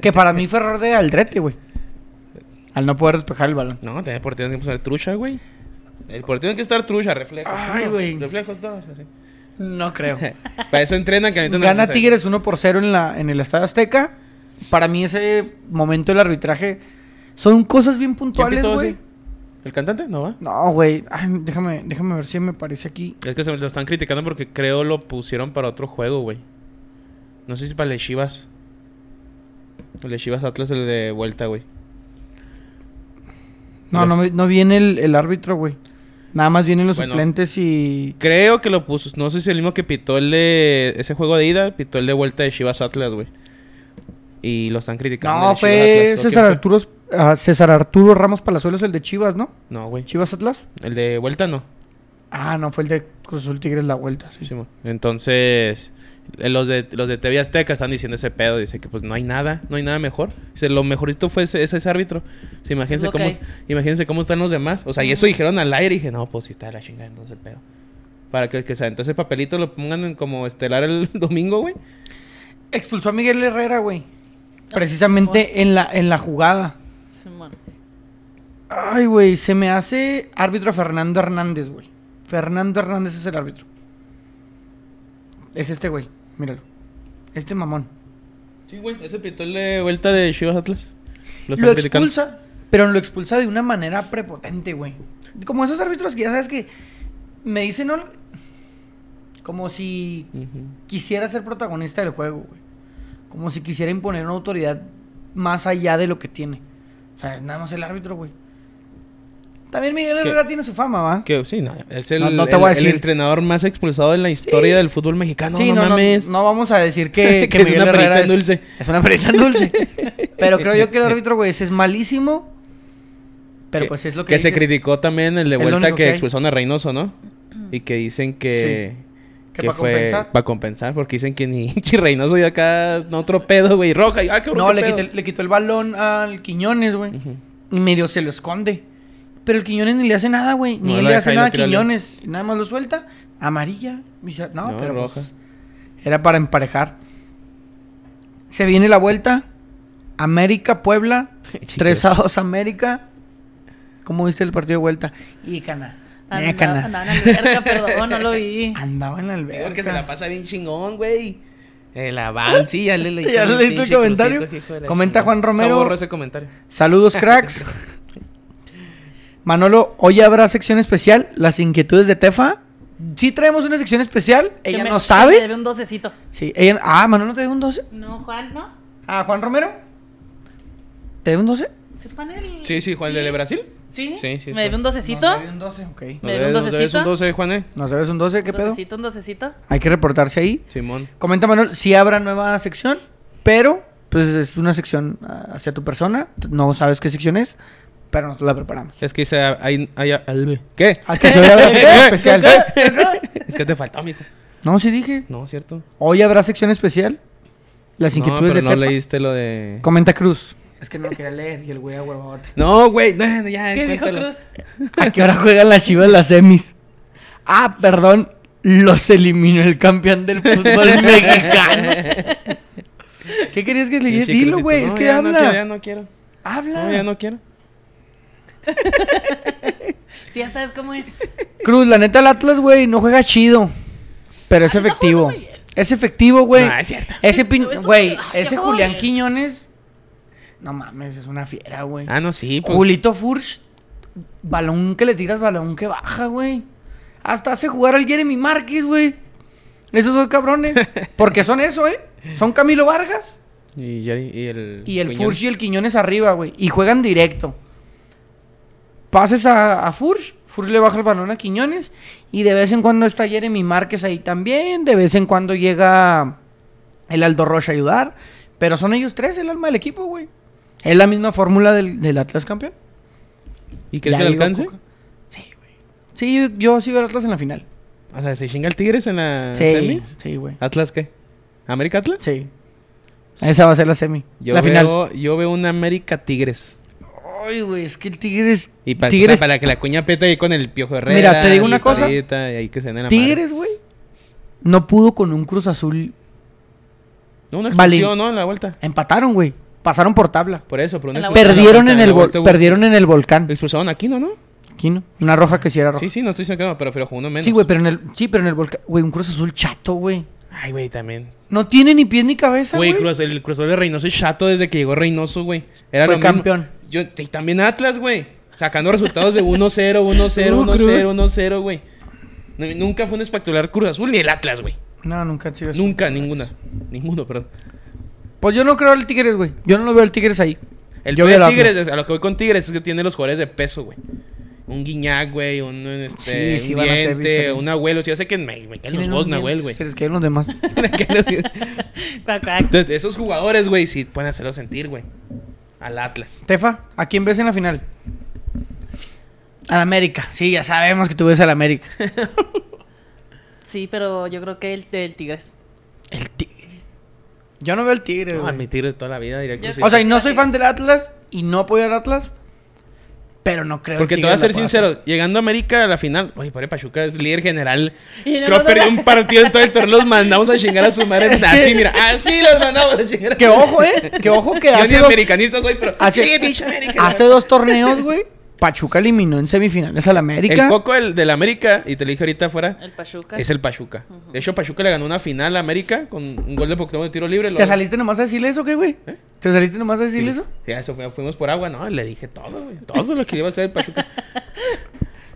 C: que para mí fue error de Aldrete, güey. Al no poder despejar el balón.
A: No, también el portero tiene que usar trucha, güey. El portero tiene que estar trucha, reflejos.
C: Ay,
A: ¿no?
C: güey.
A: Reflejos todos, así.
C: No creo.
A: Para eso entrenan que ahorita no
C: Gana
A: no sé.
C: Tigres 1 por 0 en, la, en el Estadio Azteca. Para mí ese momento del arbitraje son cosas bien
A: ¿Quién
C: puntuales,
A: pitó
C: güey.
A: así? ¿El cantante? No, va.
C: No, güey. Ay, Déjame, déjame ver si me parece aquí.
A: Es que se me lo están criticando porque creo lo pusieron para otro juego, güey. No sé si para el de Chivas. El de Chivas Atlas, el de vuelta, güey.
C: No,
A: Los-
C: no, me- no viene el, el árbitro, güey. Nada más vienen los
A: Bueno.
C: suplentes y...
A: Creo que lo puso. No sé si el mismo que pitó el de. Ese juego de ida, pitó el de vuelta de Chivas Atlas, güey. Y lo están criticando. el
C: No, pues,
A: de Chivas
C: fue
A: Atlas. ¿O quién
C: César
A: fue?
C: Arturo, ah, César Arturo Ramos Palazuelos, el de Chivas, ¿no?
A: No, güey.
C: Chivas Atlas.
A: El de vuelta no.
C: Ah, no, fue el de Cruz Azul Tigres la vuelta. Sí,
A: Simón. Entonces, eh, los de, los de TV Azteca están diciendo ese pedo. Dice que pues no hay nada, no hay nada mejor. Dice, lo mejorito fue ese, ese, ese árbitro. O sea, imagínense,
B: Ok.
A: cómo, imagínense cómo están los demás. O sea, y eso dijeron al aire. Y dije, no, pues si está de la chingada, entonces el pedo. Para que el que se aventó ese papelito lo pongan en como estelar el domingo, güey.
C: Expulsó a Miguel Herrera, güey. Ah, Precisamente en la, en la jugada.
B: Simón.
C: Ay, güey, se me hace árbitro Fernando Hernández, güey. Fernando Hernández es el árbitro. Es este, güey. Míralo. Este mamón.
A: Sí, güey. Ese pitó de vuelta de Chivas Atlas.
C: Lo expulsa, pero lo expulsa de una manera prepotente, güey. Como esos árbitros que ya sabes que me dicen... "No", Como si quisiera ser protagonista del juego, güey. Como si quisiera imponer una autoridad más allá de lo que tiene. O sea, es nada más el árbitro, güey. También Miguel
A: ¿Qué?
C: Herrera tiene su fama, ¿va?
A: Que, sí, no, es el,
C: No- no te voy a
A: el- el
C: decir.
A: entrenador más expulsado en la historia del fútbol mexicano.
C: sí,
A: Ah, no,
C: no, no,
A: mames.
C: no vamos a decir que,
A: Que
C: que
A: es
C: Miguel
A: una perita
C: Herrera
A: en
C: es,
A: dulce.
C: es una perita en dulce. pero creo yo que el árbitro, güey, ese es malísimo. Pero pues es lo que
A: se
C: dices.
A: criticó también el de
C: Es lo
A: vuelta
C: único
A: que,
C: que hay. Mm.
A: expulsaron a Reynoso, ¿no? Y que dicen que.
C: Que pa' compensar.
A: Para compensar, porque dicen que ni que Reynoso y acá no otro pedo, güey. Roja, y, ah, cabrón,
C: No,
A: qué
C: le
A: pedo.
C: quitó, le quitó el balón al Quiñones, güey.
A: Ujú.
C: Y medio se lo esconde. Pero el Quiñones ni le hace nada, güey. Ni
A: No, lo
C: le
A: deja
C: hace
A: y lo
C: nada a
A: tira
C: Quiñones. Nada más lo suelta. Amarilla. y ya- No,
A: No,
C: pero pues,
A: roja.
C: era para emparejar. Se viene la vuelta. América, Puebla.
A: Chicos.
C: 3 a 2 América. ¿Cómo viste el partido de vuelta? Y cana.
B: Andaba-
C: Eh, cana.
B: andaba en la alberca, perdón, no lo vi.
C: Andaba en la
A: Digo
C: alberca.
A: que se la pasa bien chingón, güey. El avance, sí, ya le leí.
C: Ya le leíste el comentario. Comenta Juan Romero.
A: borro ese comentario.
C: Saludos, cracks. Manolo, hoy habrá sección especial. Las inquietudes de Tefa. Sí traemos una sección especial.
B: Que
C: Ella
B: me-
C: no
B: que me
C: sabe.
B: debe un docecito.
C: Sí, ella... Ah, Manolo te dio un 12.
B: No, Juan, ¿no?
C: Ah, Juan Romero. ¿Te dio un 12?
B: ¿Sí ¿Es Juan el...?
A: Sí, sí, Juan, el de Brasil.
B: ¿Sí?
A: Sí, sí,
B: ¿Me
A: es
B: debe un docecito?
C: Nos debe un 12, ok.
A: Nos
B: ¿Me debe un
A: debes- nos debes un
B: docecito?
A: 12, Juan, eh.
C: ¿Nos debes un 12? ¿Qué pedo?
B: ¿Docecito, un docecito?
C: Hay que reportarse ahí.
A: Simón.
C: Comenta Manuel si habrá nueva sección, pero Pues es una sección ah, hacia tu persona. No sabes qué sección es, pero nosotros la preparamos.
A: Es que dice, ah, hay, hay- hay- ¿Qué?
C: Ah, que se vea la sección especial.
A: es que te faltó, mijo.
C: No, sí dije.
A: No, ¿cierto?
C: Hoy habrá sección especial. Las
A: no,
C: inquietudes
A: pero
C: de
A: no
C: Tefa.
A: leíste lo de...
C: Comenta Cruz. Es que no lo quería leer y el güey a huevote.
A: No, güey, no, no,
C: Ah,
A: ya,
B: ¿Qué dijo
A: cuéntalo.
B: Cruz?
C: ¿A qué hora juegan las chivas las semis? Ah, perdón. Los eliminó el campeón del fútbol mexicano. ¿Qué querías que
A: Pinche
C: leyera? Dilo,
A: Crucito.
C: güey. Es
A: No,
C: que
A: ya, No
C: habla.
A: quiero, ya no quiero.
C: Habla.
A: No, ya no quiero.
B: Sí, ya sabes cómo es.
C: Cruz, la neta, el Atlas, güey, no juega chido. Pero es
B: Ah, sí está
C: efectivo.
B: jugando muy bien.
C: Ah, Es efectivo, güey.
A: No, es cierto.
C: Ese pin...
B: Pero eso-
C: Güey,
B: ah, sí
C: ese
B: juega
C: Julián
B: bien.
C: Quiñones. No mames, es una fiera, güey.
A: Ah, no, sí. pues.
C: Julito Furch, balón que le tiras, balón que baja, güey. Hasta hace jugar al Jeremy Márquez, güey. Esos son cabrones. Porque son eso, ¿eh? Son Camilo Vargas
A: Y, Yari- y el...
C: y el
A: Quiñones.
C: Furch y el Quiñones arriba, güey. Y juegan directo. Pases a, a Furch, Furch le baja el balón a Quiñones. Y de vez en cuando está Jeremy Márquez ahí también. De vez en cuando llega el Aldo Rocha a ayudar. Pero son ellos tres el alma del equipo, güey. Es la misma fórmula del- del Atlas campeón.
A: ¿Y crees
C: Ya
A: que le
C: digo,
A: alcance?
C: Coca. Sí, güey. Sí, yo, yo sí veo al Atlas en la final.
A: O sea, ¿se chinga el Tigres en la
C: sí,
A: semi? Ah.
C: sí, güey.
A: ¿Atlas qué? ¿América Atlas?
C: Sí. Esa va a ser la semi.
A: Yo
C: la final.
A: veo, Yo veo una América Tigres.
C: Ay, güey, es que el Tigres.
A: Y pa- o sea,
C: Tigres,
A: para que la cuña apriete ahí con el Piojo Herrera.
C: Mira, te digo una
A: y
C: cosa.
A: Sarita, y ahí que se den la madre.
C: Tigres, güey. No pudo con un Cruz Azul.
A: No, una
C: Vale.
A: expulsión, ¿no? En la vuelta.
C: Empataron, güey. Pasaron por tabla.
A: Por eso, por una
B: En la
A: expulsión
C: Perdieron
A: la vuelta,
C: en el
A: la
C: vol-
A: vuelta hubo-
C: perdieron en el volcán.
A: Expulsaron aquí, ¿no? no?
C: Aquí, ¿no? Una roja que sí era roja.
A: Sí, sí, no estoy diciendo que no, pero, pero jugó uno menos.
C: Sí, güey, pero en el sí, pero en el volcán, güey, un Cruz Azul chato, güey.
A: Ay, güey, también.
C: No tiene ni pies ni cabeza,
A: Güey,
C: güey.
A: Cruz- el Cruz Azul de Reynoso es chato desde que llegó Reynoso, güey. Era
C: Fue
A: lo mismo.
C: campeón.
A: Yo, y también Atlas, güey. Sacando resultados de 1-0, 1-0,
C: Uh,
A: 1-0,
C: Cruz.
A: 1-0, güey. N- Nunca fue un espectacular Cruz Azul ni el Atlas, güey.
C: No, nunca han sido así.
A: Nunca, ninguna. Ninguno, perdón.
C: Pues yo no creo al Tigres, güey. Yo no lo veo al Tigres ahí.
A: El
C: Yo
A: peor
C: veo
A: de
C: al
A: Tigres,
C: Atlas.
A: es- a lo que voy con Tigres, es que tiene los jugadores de peso, güey. Un guiñac, güey, un, este,
C: Sí, sí
A: un
C: van a ser
A: diente,
C: diferentes.
A: un abuelo. Sí, yo sé que me, me caen los
C: Tienen
A: dos,
C: los
A: Nahuel,
C: dientes,
A: güey.
C: Se les caen los demás.
A: Me caen los-
B: Cuac, cuac.
A: Entonces, esos jugadores, güey, sí pueden hacerlo sentir, güey. Al Atlas.
C: Tefa, ¿a quién ves en la final? Al América. Sí, ya sabemos que tú ves al América.
B: Sí, pero yo creo que el, el Tigres.
C: El Tigre. Yo no veo al Tigre,
A: No, a
C: güey.
A: mi Tigres toda la vida, diría
B: Yo-
A: Cruz
C: o sea, y no soy fan del Atlas y no apoyo al Atlas, pero no creo
A: Porque
C: el
A: te voy a
C: Tigre
A: ser
C: la pueda
A: sincero,
C: hacer.
A: llegando a América a la final, oye, pobre Pachuca es líder general.
B: Y no
A: Creo
B: nos
A: perdió
B: van a-
A: un partido en todo el torneo, los mandamos a chingar a su madre. así, mira, así los mandamos a chingar.
C: Que ojo, eh. Que ojo que
A: Yo ni
C: hace dos,
A: americanista soy, pero.
C: hace-
A: sí, pinche América.
C: hace dos torneos, güey. Pachuca eliminó en semifinales al América.
A: El coco del, del América, y te lo dije ahorita afuera,
B: El Pachuca.
A: es el Pachuca. De hecho, Pachuca le ganó una final a América con un gol de Pokémon de tiro libre.
C: ¿Te
A: luego-
C: saliste nomás a decirle eso, qué, güey?
A: ¿Eh?
C: ¿Te saliste nomás a decirle eso?
A: Ya, eso fue- fuimos por agua, no, le dije todo, güey. Todo lo que iba a hacer el Pachuca.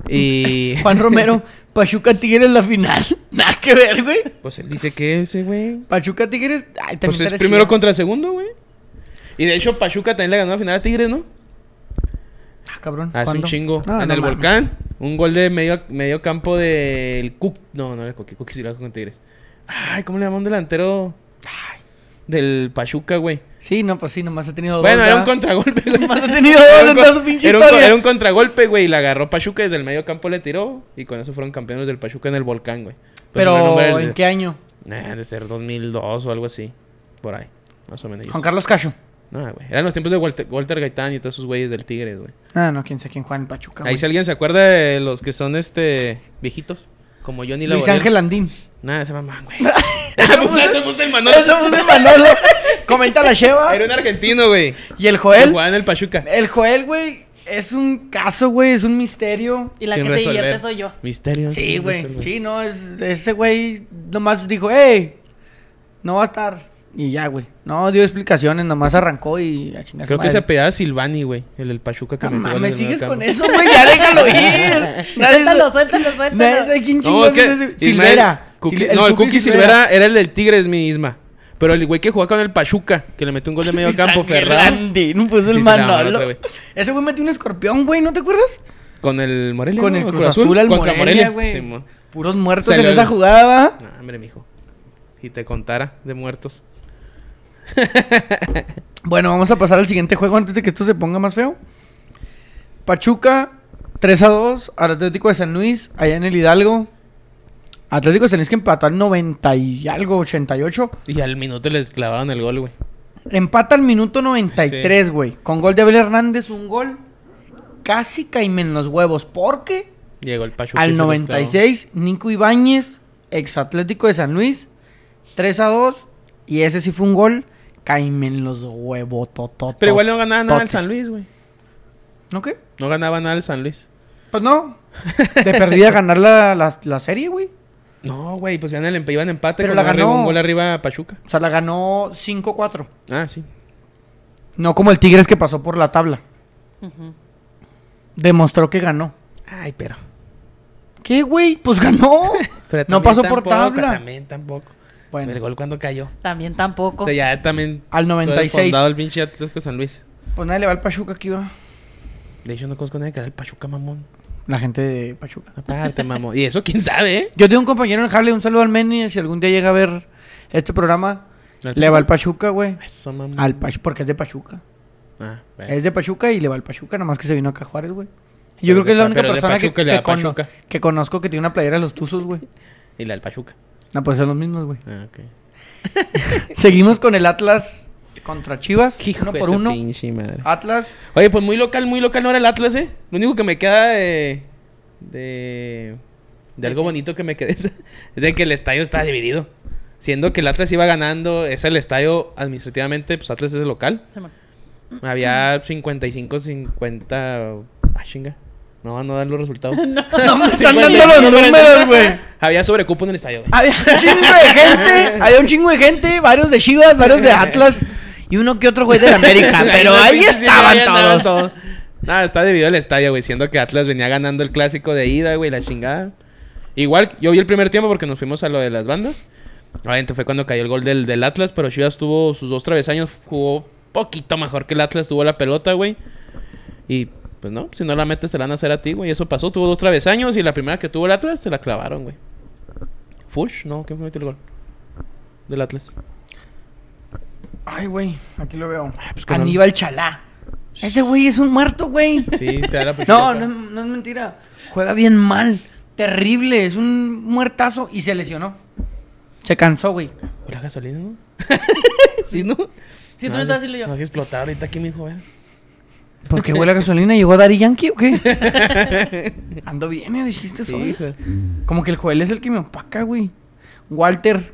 A: Y.
C: Juan Romero, Pachuca Tigres en la final. Nada que ver, güey.
A: Pues él dice que ese, güey.
C: Pachuca Tigres. Ay, también
A: Pues es
C: estaría
A: primero
C: chido.
A: contra segundo, güey. Y de hecho, Pachuca también le ganó la final a Tigres, ¿no?
C: Ah, cabrón.
A: Hace un
C: ¿cuándo?
A: chingo.
C: No,
A: en
C: no
A: el
C: mames.
A: volcán. Un gol de medio, medio campo del Cook. No, no era Cook. Cook sí lo con Tigres. Ay, ¿cómo le llaman un delantero? Ay, del Pachuca, güey.
C: Sí, no, pues sí, nomás ha tenido
A: Bueno,
C: dos.
A: era un pues
C: ¿verdad?
A: contragolpe, güey.
C: Nomás ha tenido dos en toda su pinche
A: Era un, co-
C: historia.
A: era un contragolpe, güey. Y la agarró Pachuca desde el medio campo le tiró. Y con eso fueron campeones del Pachuca en el volcán, güey. Pues no era
C: Pero,
A: nombre del-
C: ¿en qué año?
A: Nah, de ser 2002 o algo así. Por ahí. Más o menos.
C: Juan Carlos Cacho.
A: No, güey. Eran los tiempos de Walter, Walter Gaitán y todos esos güeyes del Tigres, güey.
C: Ah, no, quién sé quién juega en Pachuca.
A: Ahí
C: güey.
A: si alguien se acuerda de los que son este viejitos, como Johnny
C: Luis
A: Laboriel.
C: Ángel Andín.
A: Nada, ese mamá, güey. Ah, pues ese puso el Manolo.
C: Manolo. Comenta la Sheva.
A: Era un argentino, güey.
C: Y el
A: Que
C: Joel.
A: jugaba en el Pachuca.
C: El Joel, güey, es un caso, güey, es un misterio.
B: Y la
A: Sin
B: que se
A: resolver.
B: divierte soy yo.
A: Misterio.
C: Sí,
A: sin
C: güey.
A: resolver.
C: Sí, no, es, ese güey nomás dijo, ¡Ey! No va a estar. Y ya, güey. No dio explicaciones, nomás arrancó y a chingar su
A: Creo que
C: madre.
A: se apellaba Silvani, güey. El del Pachuca que
C: No
A: metió goles en
C: mames,
A: el
C: sigues
A: campo.
C: con eso, güey. Ya déjalo ir. Nadie
B: Suéltalo, suéltalo,
C: Nadie
B: suéltalo.
C: sabe quién
A: No,
C: chingados
A: es que
C: es ese-
A: Ismael-
C: Silvera.
A: Cookie-
C: Sil- el
A: no, el Cookie Silvera. era el del Tigres misma. Pero el güey que jugaba con el Pachuca, que le metió un gol de medio campo, Ferran.
C: Ferrandi, no puso
A: Sí,
C: el
A: se la mamó la otra
C: Manolo.
A: vez.
C: Ese güey metió un escorpión, güey, ¿no te acuerdas?
A: Con el Morelia.
C: Con
A: ¿no?
C: el Cruz Azul al
A: Contra
C: Morelia,
A: Sí,
C: güey.
A: mo-
C: Puros muertos
A: Se
C: en
A: le-
C: esa jugada, ¿va?
A: No, hombre, mijo. Si te contara de muertos.
C: Bueno, vamos a pasar al siguiente juego antes de que esto se ponga más feo. Pachuca 3 a 2 al Atlético de San Luis, allá en el Hidalgo. Atlético de San Luis que empató al 90 y algo, 88.
A: Y al minuto les clavaron el gol, güey.
C: Empata al minuto 93, güey. Con gol de Abel Hernández, un gol. Casi caimen los huevos. Porque
A: Llegó el Pachuca. y
C: al
A: se los
C: 96, Nico Ibáñez, ex Atlético de San Luis, 3 a 2. Y ese sí fue un gol. Caimen los huevos,
A: clavó. Pero igual no ganaba nada el San Luis, güey.
C: ¿No qué?
A: No ganaba nada el San Luis.
C: Pues no. Te perdí a ganar la, la- la serie, güey.
A: No, güey, pues ganan el empe- iban empate.
C: Pero
A: con
C: la
A: arriba-
C: ganó.
A: Un gol arriba a Pachuca.
C: O sea, la ganó 5-4.
A: Ah, sí.
C: No como el Tigres que pasó por la tabla.
B: Ujú.
C: Demostró que ganó.
A: Ay, pero.
C: ¿Qué, güey? Pues ganó.
A: pero
C: no
A: también
C: pasó por
A: tampoco,
C: tabla.
A: También tampoco.
C: Bueno.
A: El gol cuando cayó.
B: También tampoco.
A: O sea, ya también.
C: Al
A: todo
C: 96.
A: desfondado el pinche Atlético San Luis.
C: Pues nadie le va al Pachuca aquí, va.
A: De hecho, no conozco a nadie que era el Pachuca, mamón.
C: La gente de Pachuca.
A: Aparte, mamón. Y eso, quién sabe, ¿eh?
C: Yo tengo un compañero en Harley, un saludo al Meni. Si algún día llega a ver este programa, le va al Pachuca, güey.
A: Eso, mamón.
C: Al Pachuca, porque es de Pachuca.
A: Ah, bueno.
C: Es de Pachuca y le va al Pachuca, nomás que se vino acá a Juárez, güey.
A: Pero
C: Yo creo
A: es de
C: que es la
A: Pa-
C: única
A: pero es de
C: persona que,
A: Pachuca y le
C: que
A: va al
C: cono-
A: Pachuca.
C: que conozco que tiene una playera de los Tuzos, güey.
A: Y la del Pachuca.
C: No, pues son los mismos, güey.
A: Ah, ok.
C: Seguimos con el Atlas contra Chivas.
A: Hijo
C: uno
A: de
C: por
A: su
C: uno.
A: pinche madre.
C: Atlas.
A: Ah. Oye, pues muy local, muy local no era el Atlas, ¿eh? Lo único que me queda de. de. de algo bonito que me quedé es es de que el estadio estaba dividido. Siendo que el Atlas iba ganando, es el estadio administrativamente, pues Atlas es el local.
B: Se me-
A: Había 55, 50. Ah, chinga. No van a dar los resultados.
C: No me
A: 50,
C: están dando los
A: 50.
C: números, güey.
A: Había sobrecupo en el estadio, güey.
C: Había un chingo de gente, había un chingo de gente, varios de Chivas, varios de Atlas y uno que otro güey de América, pero ahí
A: Sí, sí,
C: estaban
A: ahí andaban
C: todos.
A: Nada, está dividido el estadio, güey. Siendo que Atlas venía ganando el clásico de ida, güey, la chingada. Igual, yo vi el primer tiempo porque nos fuimos a lo de las bandas. Obviamente fue cuando cayó el gol del, del Atlas, pero Chivas tuvo sus dos travesaños, jugó poquito mejor que el Atlas, tuvo la pelota, güey. Y pues no, si no la metes, te la van a hacer a ti, güey. Eso pasó, tuvo dos travesaños y la primera que tuvo el Atlas, se la clavaron, güey. Fush, no, ¿quién fue metió el gol? Del Atlas.
C: Ay, güey, aquí lo veo.
A: pues que no-
C: Aníbal Chalá. Ese güey es un muerto, güey.
A: Pues Sí, te da la
C: No,
A: pichota.
C: no, es- no es mentira. Juega bien mal, terrible, es un muertazo y se lesionó. Se cansó, güey.
A: ¿La gasolina, no? ¿Sí, no?
B: Si tú
A: No,
B: me estás
A: no,
B: diciendo yo.
A: Vas a explotar ahorita aquí, ¿eh? mi joven.
C: ¿Por qué huele a gasolina? ¿Llegó Dari Yankee o qué? Ando bien, me dijiste eso, güey. Como que el Joel es el que me opaca, güey. Walter.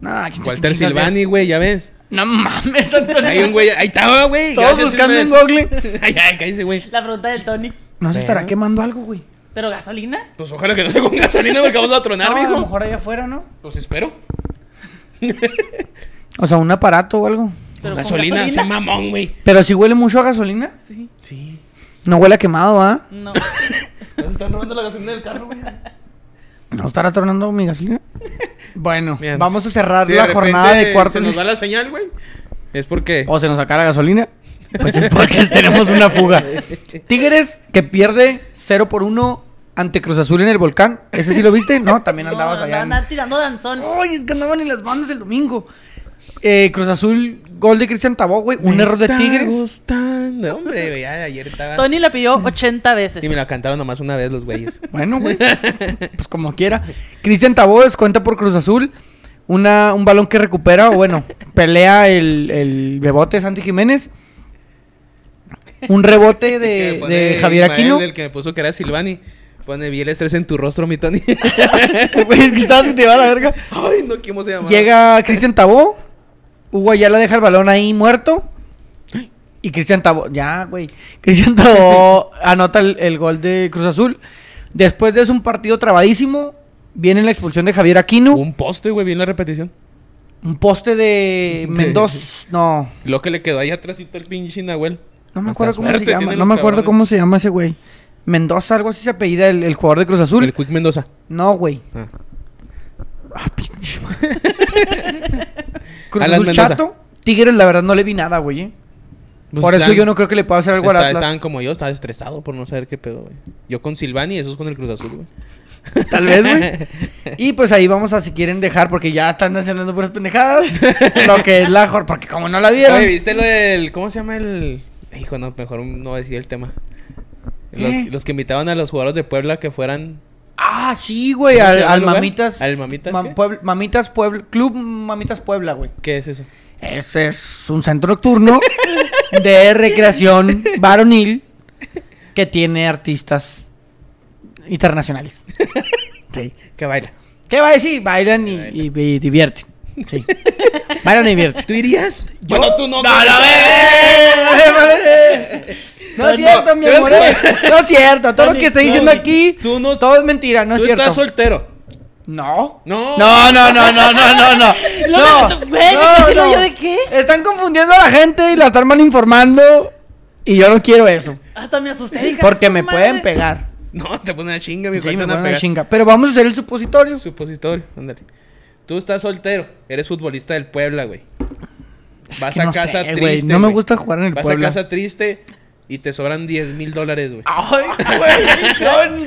C: Nah, ¿quién sabe
A: Walter
C: quién chingas
A: Silvani, güey, ya ves.
C: sea? No mames, Antonio.
A: Hay un güey, ahí estaba, güey.
C: Todos
A: Gracias,
C: buscando en
A: Silvani.
C: Google.
A: Ay, ay, cállese, güey.
B: La pregunta del Tony.
C: No se
A: Pero-
C: estará quemando algo, güey.
B: ¿Pero gasolina?
A: Pues ojalá que no sea con gasolina porque vamos a tronar,
C: No, a lo
A: mijo.
C: mejor allá afuera, ¿no?
A: Pues espero.
C: O sea, un aparato o algo.
B: ¿Pero con
A: gasolina, sea mamón, güey.
C: Pero si huele mucho a gasolina.
B: Sí.
A: Sí.
C: No huele a quemado, ¿ah?
B: No.
A: Nos están robando la gasolina del carro, güey.
C: No estará tornando mi gasolina. Bueno,
A: Mira,
C: vamos a cerrar
A: si
C: la
A: repente
C: jornada de cuartos.
A: Se nos da la señal, güey. Es porque.
C: O se nos saca la gasolina. Pues es porque tenemos una fuga. Tigres que pierde 0 por 1 ante Cruz Azul en el volcán. ¿Ese sí lo viste? No, también
B: No,
C: andabas allá. en-
B: andaban tirando danzón.
C: Ay, es que andaban en las bandas el domingo. Eh, Cruz Azul, gol de Cristian Tabó, güey. Un
A: Me
C: error de
A: está
C: Tigres.
A: gustando. Hombre, güey, ya ayer estaba.
B: Tony la pidió 80 veces.
A: Y me la cantaron nomás una vez los güeyes.
C: Bueno, güey. pues como quiera. Cristian Tabó descuenta por Cruz Azul. Una, un balón que recupera, o bueno, pelea el, el bebote Santi Jiménez. Un rebote
A: Es que
C: de,
A: me pone
C: de Javier
A: Ismael,
C: Aquino.
A: El que me puso que era Silvani. Pone, vi el estrés en tu rostro, mi Tony.
C: Güey, es que estabas que te iba a la verga.
A: Ay, no, ¿cómo se llama?
C: Llega Cristian Tabó. Hugo Ayala deja el balón ahí muerto. Y Cristian Tabó, ya, güey. Cristian Tabó anota el, el gol de Cruz Azul. Después de eso, un partido trabadísimo. Viene la expulsión de Javier Aquino. Un,
A: Un poste, güey, vi en la repetición.
C: poste de Mendoza. No,
A: Lo que le quedó ahí atrásito el pinche Nahuel.
C: no me
A: Hasta
C: acuerdo cómo
A: suerte
C: se llama.
A: tienen
C: No
A: los
C: me acuerdo
A: cabrones.
C: cómo se llama ese güey. Mendoza, algo así se apellida el, el jugador de Cruz Azul.
A: El Quick Mendoza.
C: No, güey.
A: Ah.
C: Ah, pinche madre. Cruz
A: Alan
C: Azul
A: Mendoza.
C: chato. Tigres, la verdad, no le vi nada, güey. eh.
A: Pues
C: Por eso
A: están-
C: yo no creo que le pueda hacer algo al
A: está-
C: Atlas.
A: Estaban como yo, estaba estresado por no saber qué pedo, güey. Yo con Silvani y esos con el Cruz Azul, güey.
C: Tal vez, güey. Y pues ahí vamos a si quieren dejar, porque ya están haciendo puras pendejadas. lo que es la jor, porque como no la vieron.
A: Oye, ¿viste lo del. ¿Cómo se llama el.? Hijo, no, mejor no voy a decir el tema. Los,
C: ¿Qué?
A: los que invitaban a los jugadores de Puebla que fueran.
C: Ah, sí, güey.
A: ¿Cómo se
C: Al,
A: llama
C: al
A: el lugar?
C: Mamitas.
A: ¿Al Mamitas
C: Ma-
A: qué?
C: Puebla- Mamitas Puebla. Club Mamitas Puebla, güey.
A: ¿Qué es eso?
C: Ese es un centro nocturno de recreación varonil que tiene artistas internacionales. Sí.
A: Que baila.
C: ¿Qué va a decir? Bailan y,
A: Bailan.
C: y- y divierten. Sí. Bailan y divierten.
A: ¿Tú irías? Yo
C: Bueno,
A: tú no.
C: ¡No, no, bebé! No es cierto, mi amor. eh. No es cierto. Todo lo que está diciendo aquí,
A: Tú no.
C: todo es mentira. No es
A: tú
C: cierto.
A: estás soltero.
C: No.
A: No.
C: No, no, no, no, no, no, no.
B: Lo-
C: No,
B: güey, ¿qué quiero yo de qué?
C: Están confundiendo a la gente y la están malinformando. Y yo no quiero eso.
B: Hasta me asusté. dije,
C: Porque
B: "Su
C: me
B: madre".
C: pueden pegar.
A: No, te pone una chinga, mi hijo.
C: Sí, me
A: ahí te van a
C: ponen una
A: pegar.
C: chinga. Pero vamos a hacer el supositorio.
A: Supositorio, ándale. Tú estás soltero, eres futbolista del Puebla, güey.
C: Es
A: Vas
C: que
A: a
C: no
A: casa
C: sé, güey,
A: triste.
C: No me
A: güey.
C: gusta jugar en el
A: Vas
C: Puebla.
A: a casa triste y te sobran 10 mil dólares, güey.
C: Ay, güey.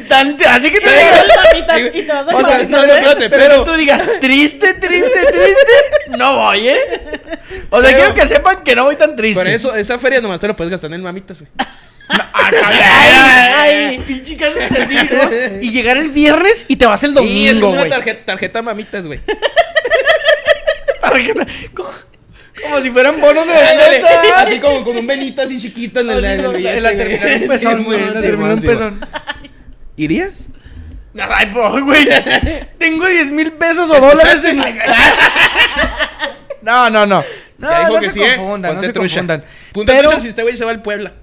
C: no, tan- Así que
B: Y
C: te
B: te
C: digas.
B: vas a papitas y te vas a
A: O sea,
B: papitas,
A: no, no,
B: ¿eh?
A: espérate,
C: Pero
A: pero-
C: que tú digas triste, triste, triste. No voy, ¿eh? O sea,
A: Pero-
C: quiero que sepan que no voy tan triste.
A: Por eso, esa feria nomás te lo puedes gastar en mamitas, güey.
C: Ah, Ay, pinche caso específico. Y llegar el viernes y te vas el
A: Y es
C: domingo,
A: como una
C: güey.
A: tarjeta, tarjeta mamitas, güey.
C: Tarjeta. Como, como si fueran bonos de
A: Ándale,
C: despensa.
A: así como con un benito así chiquito en el,
C: Así
A: en el
C: como
A: billete,
C: en la
A: güey.
C: terminal un
A: Sí,
C: pezón, güey,
A: güey,
C: en la
A: sí,
C: terminal un
A: sí, güey.
C: pezón.
A: ¿Irías?
C: Ay, po, güey. Tengo 10 mil pesos o
A: Escuchaste,
C: dólares en No, no, no. No,
A: Ya dijo
C: no
A: que sí,
C: se
A: ¿eh?
C: confundan, no
A: Ponte
C: se
A: trucha.
C: confundan.
A: Punta
C: Pero-
A: trucha si este güey se va al Puebla.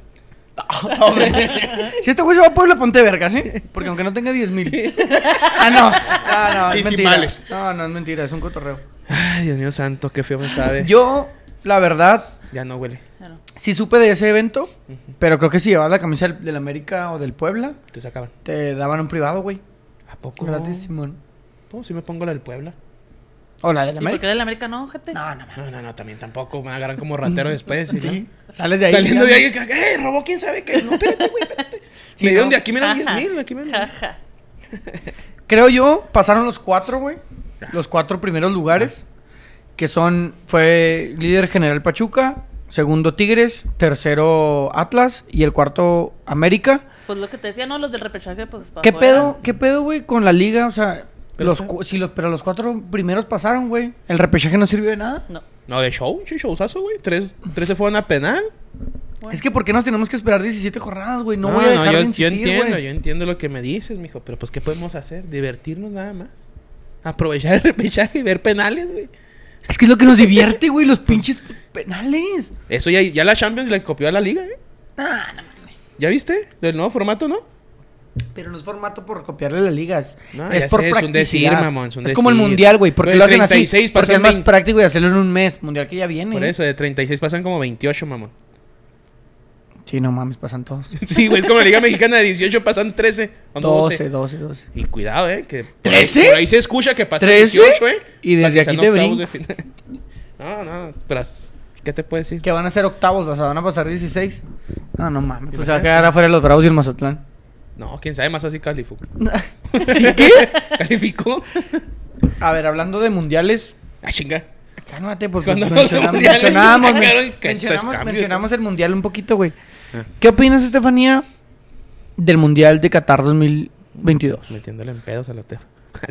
C: Si este güey se va a Puebla, ponte vergas, ¿eh? Porque aunque no tenga 10 mil. Ah, no. No, no, es
A: Y sin
C: mentira.
A: males.
C: No, no, es mentira, es un cotorreo.
A: Ay, Dios mío santo, qué feo me sabe.
C: Yo, la verdad,
A: Ya no huele.
B: Claro.
C: sí supe de ese evento, pero creo que si llevabas la camisa del, del América o del Puebla,
A: Te sacaban.
C: te daban un privado, güey.
A: ¿A poco?
C: Gratis, Simón.
A: Oh, si me pongo la del Puebla.
C: O la del
B: ¿Y por qué
C: América.
B: era el América no, gente?
C: No, no, mames.
A: No, no, no, también tampoco. Me agarran como ratero después. ¿sí,
C: Sí.
A: no?
C: Sales de ahí.
A: Saliendo de
C: ya.
A: ahí, que, ¡eh! Robó quién sabe qué. No, espérate, güey, espérate.
C: Sí,
A: me dieron
C: no.
A: de aquí, me dieron
B: Ajá.
A: 10 mil. Aquí me dieron.
B: Jaja.
C: Creo yo, pasaron los cuatro, güey. Los cuatro primeros lugares. Que son, fue líder general Pachuca, segundo Tigres, tercero Atlas y el cuarto América.
B: Pues lo que te decía, no, los del repechaje, pues. pa'
C: ¿Qué
B: afuera.
C: pedo, qué pedo, güey, con la liga? O sea,
A: Pero
C: los,
A: está-
C: cu- si los, pero los cuatro primeros pasaron, güey. El repechaje no sirvió de nada.
B: No.
A: No, de show, sí, showzazo, güey. Tres, tres se fueron a penal.
B: Bueno.
C: Es que ¿por qué nos tenemos que esperar 17 jornadas, güey? No, voy a dejar
A: yo,
C: de
A: yo
C: insistir,
A: entiendo, yo
C: güey.
A: entiendo lo que me dices, mijo. Pero pues, ¿qué podemos hacer? Divertirnos nada más. Aprovechar el repechaje y ver penales, güey.
C: Es que es lo que nos divierte, güey, los pinches penales.
A: Eso ya, ya la Champions le copió a la liga, ¿eh? ¿Ya viste? El nuevo formato, ¿no?
C: Pero no es formato por copiarle las ligas.
A: No,
C: es
A: ya
C: por
A: sé, es un decir,
C: practicidad.
A: mamón, es un
C: como el
A: decir.
C: mundial, güey. Porque
A: Güey,
C: lo hacen así.
A: 36
C: Porque es
A: pasan
C: más
A: 20.
C: práctico y hacerlo en un mes. Mundial que ya viene.
A: Por
C: ¿eh?
A: eso, de 36 pasan como 28, mamón.
C: Sí, no mames, pasan todos.
A: Sí, güey, es como la Liga Mexicana de 18, pasan 13. o 12.
C: 12, 12, 12.
A: Y cuidado, eh, que por ahí-
C: ¿Trece?
A: Por ahí se escucha que pasa
C: 13,
A: 18, eh.
C: y desde
A: para que
C: aquí
A: sean
C: te
A: octavos de final. No, no, pero as- ¿qué te puedo decir?
C: Que van a ser octavos, o sea, van a pasar 16. Ah, no mames. Pues se va a quedar afuera los Bravos y el Mazatlán.
A: No, quién sabe más así calificó.
C: ¿Sí qué?
A: ¿Calificó?
C: A ver, hablando de mundiales.
A: Ah, chinga.
C: Cálmate, porque
A: Cuando hablamos de mundiales,
C: mencionamos, mencionamos, men-
A: sacaron que pues esto es
C: mencionamos,
A: cambio,
C: mencionamos el mundial un poquito, güey.
A: Ah.
C: ¿Qué opinas, Estefanía, del mundial de Qatar 2022?
A: Metiéndole en pedos a la tefa.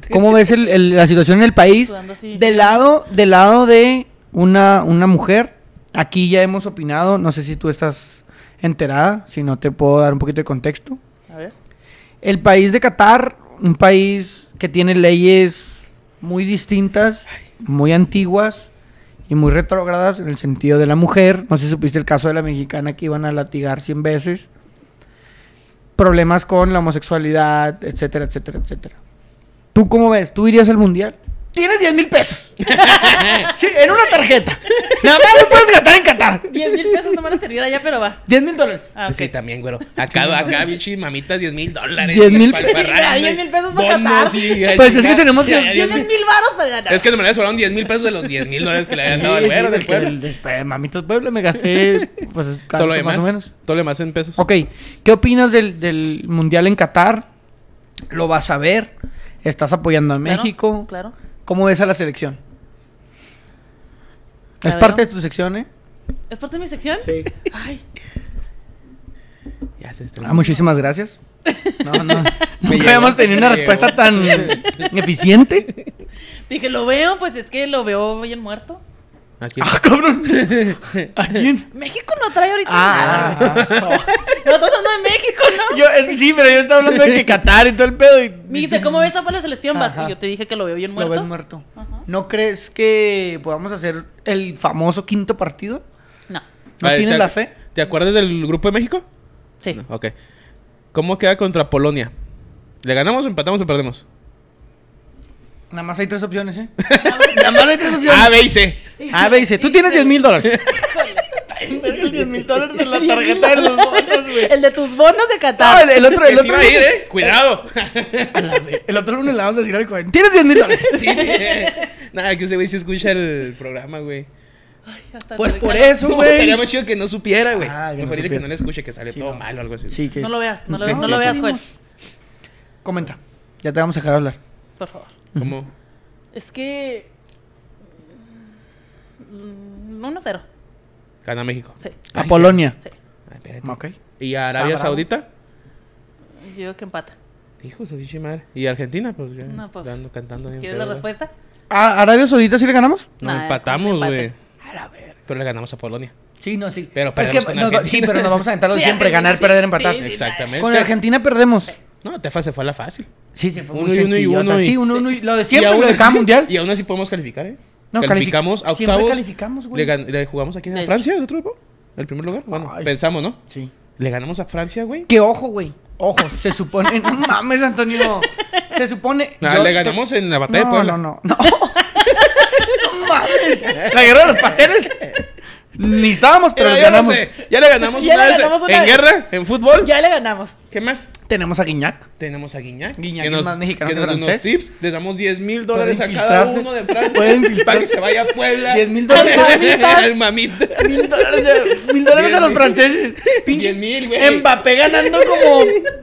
C: ¿Cómo ves el- el- la situación en el país?
B: Sudando así.
C: Del lado, del lado de una, una mujer, aquí ya hemos opinado, no sé si tú estás enterada, si no te puedo dar un poquito de contexto.
B: A ver.
C: El país de Qatar, un país que tiene leyes muy distintas, muy antiguas y muy retrógradas en el sentido de la mujer. No sé si supiste el caso de la mexicana que iban a latigar 100 veces. Problemas con la homosexualidad, etcétera, etcétera, etcétera. ¿Tú cómo ves? ¿Tú irías al mundial? Tienes 10 mil pesos. sí, en una tarjeta. Nada más lo puedes gastar en Qatar.
B: 10 mil pesos no van a servir allá, pero va.
C: 10 mil dólares.
B: Ah, ok.
A: Sí, también, güero. Acá, acá, bichi, mamitas, 10 mil dólares.
C: 10 mil
A: Pa'l Ferrari,
B: Mira, 10
A: güey.
B: mil pesos pa' Qatar.
A: sí, ay,
C: Pues es
A: chica.
C: que tenemos
A: Ya,
C: que-
A: ya,
B: Tienes mil varos para ganar.
A: Es que me le sobraron 10 mil pesos de los 10 mil dólares que le habían dado Eh, al
C: Sí, sí,
A: güero del
C: del que-
A: pueblo.
C: del- eh, Mamitas Pueblo me gasté, pues,
A: Todo lo
C: cuánto,
A: demás.
C: más o menos.
A: Todo lo demás en pesos.
C: Ok, ¿qué opinas del, del Mundial en Qatar? ¿Lo vas a ver? ¿Estás apoyando a
B: Claro,
C: México?
B: Claro.
C: ¿Cómo ves a la selección?
B: La
C: es parte
B: veo.
C: de tu sección, ¿eh?
B: ¿Es parte de mi sección? Ay,
A: Ya se estrenó.
C: Ah, muchísimas gracias. No, no. Nunca
A: llegó,
C: habíamos tenido una
A: me
C: respuesta
A: llegó.
C: tan eficiente.
B: dije, lo veo, pues es que lo veo bien muerto.
A: Aquí.
C: Ah, cabrón. ¿A quién?
B: México no trae ahorita nada.
C: Ah,
B: Nosotros hablando de México, ¿no?
C: yo, es que sí, pero yo estaba hablando de que Qatar y todo el pedo. Y,
B: Me dijiste, ¿cómo ves a la selección? Vas.
C: Ajá.
B: Y yo te dije que lo veo bien
C: Lo
B: muerto.
C: ves muerto.
B: Ajá.
C: ¿No crees que podamos hacer el famoso quinto partido?
B: No.
C: ¿No
A: A ver,
C: tienes
A: ¿te-
C: la fe?
A: ¿Te acuerdas del Grupo de México?
B: Sí.
A: No, ok. ¿Cómo queda contra Polonia? ¿Le ganamos, empatamos o perdemos?
C: Nada más hay tres opciones, ¿eh? Nada más hay tres opciones.
A: A, B y C.
C: A ver, dice, tú tienes 10 mil dólares.
B: Híjole.
C: El 10 mil dólares en la
B: tarjeta
C: tarjeta
B: de
C: de
B: los
C: los bonos, güey.
B: El de tus bonos de
C: No,
B: Qatar.
C: el, el otro, el
A: Que sí
C: otro.
A: va a ir, ¿eh? Cuidado.
C: El otro lunes le vamos a decir al joven. Tienes 10 mil dólares.
A: sí. Nada, que ese güey se escucha el programa, güey.
B: Ay, hasta
C: Pues
B: te
C: por
B: regalo.
C: eso,
A: No,
C: güey.
A: estaría más chido que no supiera, güey.
C: Ah, que no
A: Mejor dile que
C: supiera.
A: no le escuche, que sale todo mal o algo así.
C: Sí, que.
B: No lo veas, no lo,
A: Sí,
B: no
A: sí,
B: lo
A: sí.
B: veas, Joel.
C: Comenta. Ya te vamos a dejar hablar.
B: Por favor.
A: ¿Cómo?
B: Es que. mm, 1-0.
A: Gana México.
B: Sí,
C: A Polonia.
B: sí.
A: Ah, espérate.
C: Ok.
A: ¿Y a Arabia
C: Ah, bravo.
A: Saudita?
B: Yo digo que empata.
A: Hijo de su pinche madre. ¿Y Argentina? Pues ya.
B: No, pues,
A: dando- cantando bien
B: ¿Quieres
A: feo,
B: la
A: güey.
B: respuesta?
C: ¿A Arabia Saudita sí le ganamos?
A: No,
B: Nah,
A: empatamos,
B: con empate.
A: güey.
C: A la verga.
A: Pero le ganamos a Polonia.
C: Sí, no, sí.
A: Pero
C: es
A: perdemos
C: que,
A: con
C: nos-
A: Argentina.
C: sí, pero nos vamos a aventar lo de
B: Sí,
C: siempre:
B: Argentina,
C: ganar,
B: sí,
C: perder, empatar.
B: sí, sí.
A: Exactamente.
C: Con Argentina perdemos.
A: No, Tefa se fue a la fácil.
C: Sí, sí, fue
A: Uno y uno y
C: sencillota.
A: uno y-
C: Sí, uno, uno y lo de
A: Y
C: siempre,
A: aún
C: lo de
A: así-
C: cada mundial.
A: Y aún así podemos calificar, ¿eh?
C: No, calific-
A: calificamos a
C: siempre
A: octavos.
C: calificamos, güey.
A: Le, gan- le jugamos a quién?
B: De
A: ¿A
B: hecho.
A: Francia, el otro grupo? ¿El primer lugar? Bueno,
C: Ay.
A: pensamos, ¿no?
C: Sí.
A: Le ganamos a Francia, güey.
C: Que ojo, güey. Ojo, se supone. No mames, Antonio. Se supone.
A: Nah,
C: yo
A: Ah, le
C: te-
A: ganamos en la batalla de
C: No,
A: Puebla.
C: no, no. No. No mames. La guerra de los pasteles. Ni estábamos, pero
A: Pero
C: les
A: ya,
C: ganamos.
A: le- ya le ganamos
B: Ya
A: una
B: le
A: vez.
B: ganamos una
A: en
B: vez.
A: guerra, en fútbol.
B: Ya le ganamos.
A: ¿Qué más?
C: Tenemos a Guiñac.
A: Tenemos a Guiñac.
C: Guiñac
A: que
C: es
A: nos,
C: más mexicano
A: que
C: que
A: nos dio unos
C: francés.
A: tips. Le damos 10 mil dólares a
C: Pueden
A: cada
C: filtrarse.
A: uno de Francia.
C: Pueden
A: para
C: filtrarse.
A: que se vaya a Puebla.
C: 10 mil
B: Al
C: dólares.
B: mamita.
A: Al mamita.
C: Mil dólares, mil dólares a los franceses. Pinche.
A: 10 mil, güey.
C: Mbappé ganando como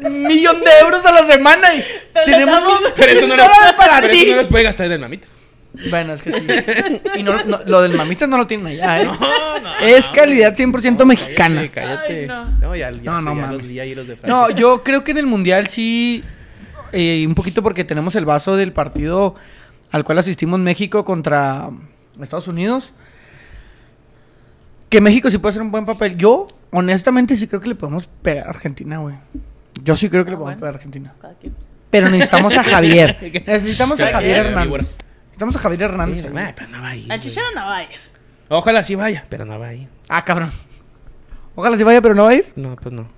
C: un millón de euros a la semana. Y
B: Pero
C: tenemos
B: ganamos.
C: mil,
A: Pero eso
C: mil
A: no lo-
C: dólares para
A: pero eso
C: ti.
A: no los puede gastar en el mamita.
C: Bueno, es que sí. Y no, no, lo del mamita no lo tienen allá, ¿eh?
A: No, Ah, no.
C: es calidad 100% mexicana.
A: Sí, cállate.
B: Ay, no.
A: no. ya, ya
C: No,
A: sé,
C: no
A: ya
C: mames.
A: los vi ahí los de Francia.
C: No, yo creo que en el Mundial sí, eh, un poquito porque tenemos el vaso del partido al cual asistimos México contra Estados Unidos. Que México sí puede hacer un buen papel. Yo, honestamente, sí creo que le podemos pegar a Argentina, güey. Yo sí creo que le
B: Ah, bueno.
C: podemos pegar a Argentina.
B: Cada quien.
C: Pero necesitamos a Javier. Necesitamos a Javier
A: Cállate, víbora.
C: Hernández. Necesitamos a Javier Hernández.
A: eh, Sí,
C: güey.
A: ay, pero no va a ir,
B: Al
A: güey.
B: chichero no va a ir.
A: Ojalá sí vaya, pero no va a ir.
C: Ah, cabrón. Ojalá se vaya, pero no va a ir.
A: No, pues no.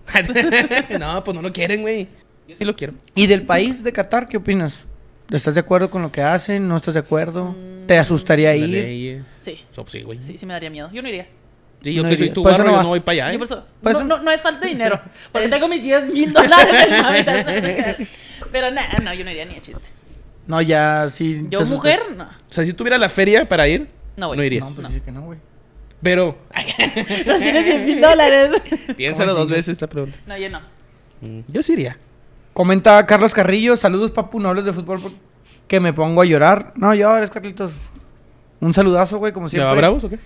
A: no, pues no lo quieren, güey. Yo sí lo quiero.
C: ¿Y del país de Qatar qué opinas? ¿Estás de acuerdo con lo que hacen? ¿No estás de acuerdo? ¿Te asustaría
A: Dale,
C: ir?
A: ahí, eh.
B: Sí.
A: So, pues sí, güey.
B: Sí, sí me daría miedo. Yo no iría.
A: Sí, yo
C: No
A: que soy
C: iría.
A: tu
C: Por eso
A: barro,
C: no
A: yo
C: vas.
A: no voy para allá,
B: Yo
A: ¿eh?
B: por eso-
C: Pues
B: no,
C: eso-
B: no, no es falta de dinero. Porque tengo mis 10 mil dólares en mamita. Pero nada, no, yo no iría ni a chiste.
C: No, ya sí. te
B: Yo,
C: asusta-
B: mujer, no.
A: O sea, si tuviera la feria para ir,
B: No, güey.
A: no
C: No,
A: irías.
C: pues
B: No.
C: dice que no, güey.
A: Pero, ay,
B: Los tienes 10 mil dólares.
A: piénsalo
C: ¿Cómo
A: dos
C: así?
A: veces esta pregunta.
B: No, yo no.
A: Mm, Yo sí iría.
C: Comenta Carlos Carrillo, saludos papu, no hables de fútbol por- que me pongo a llorar. No llores, Carlitos. Un saludazo, güey, como
A: ¿Le
C: siempre.
A: va bravos o qué?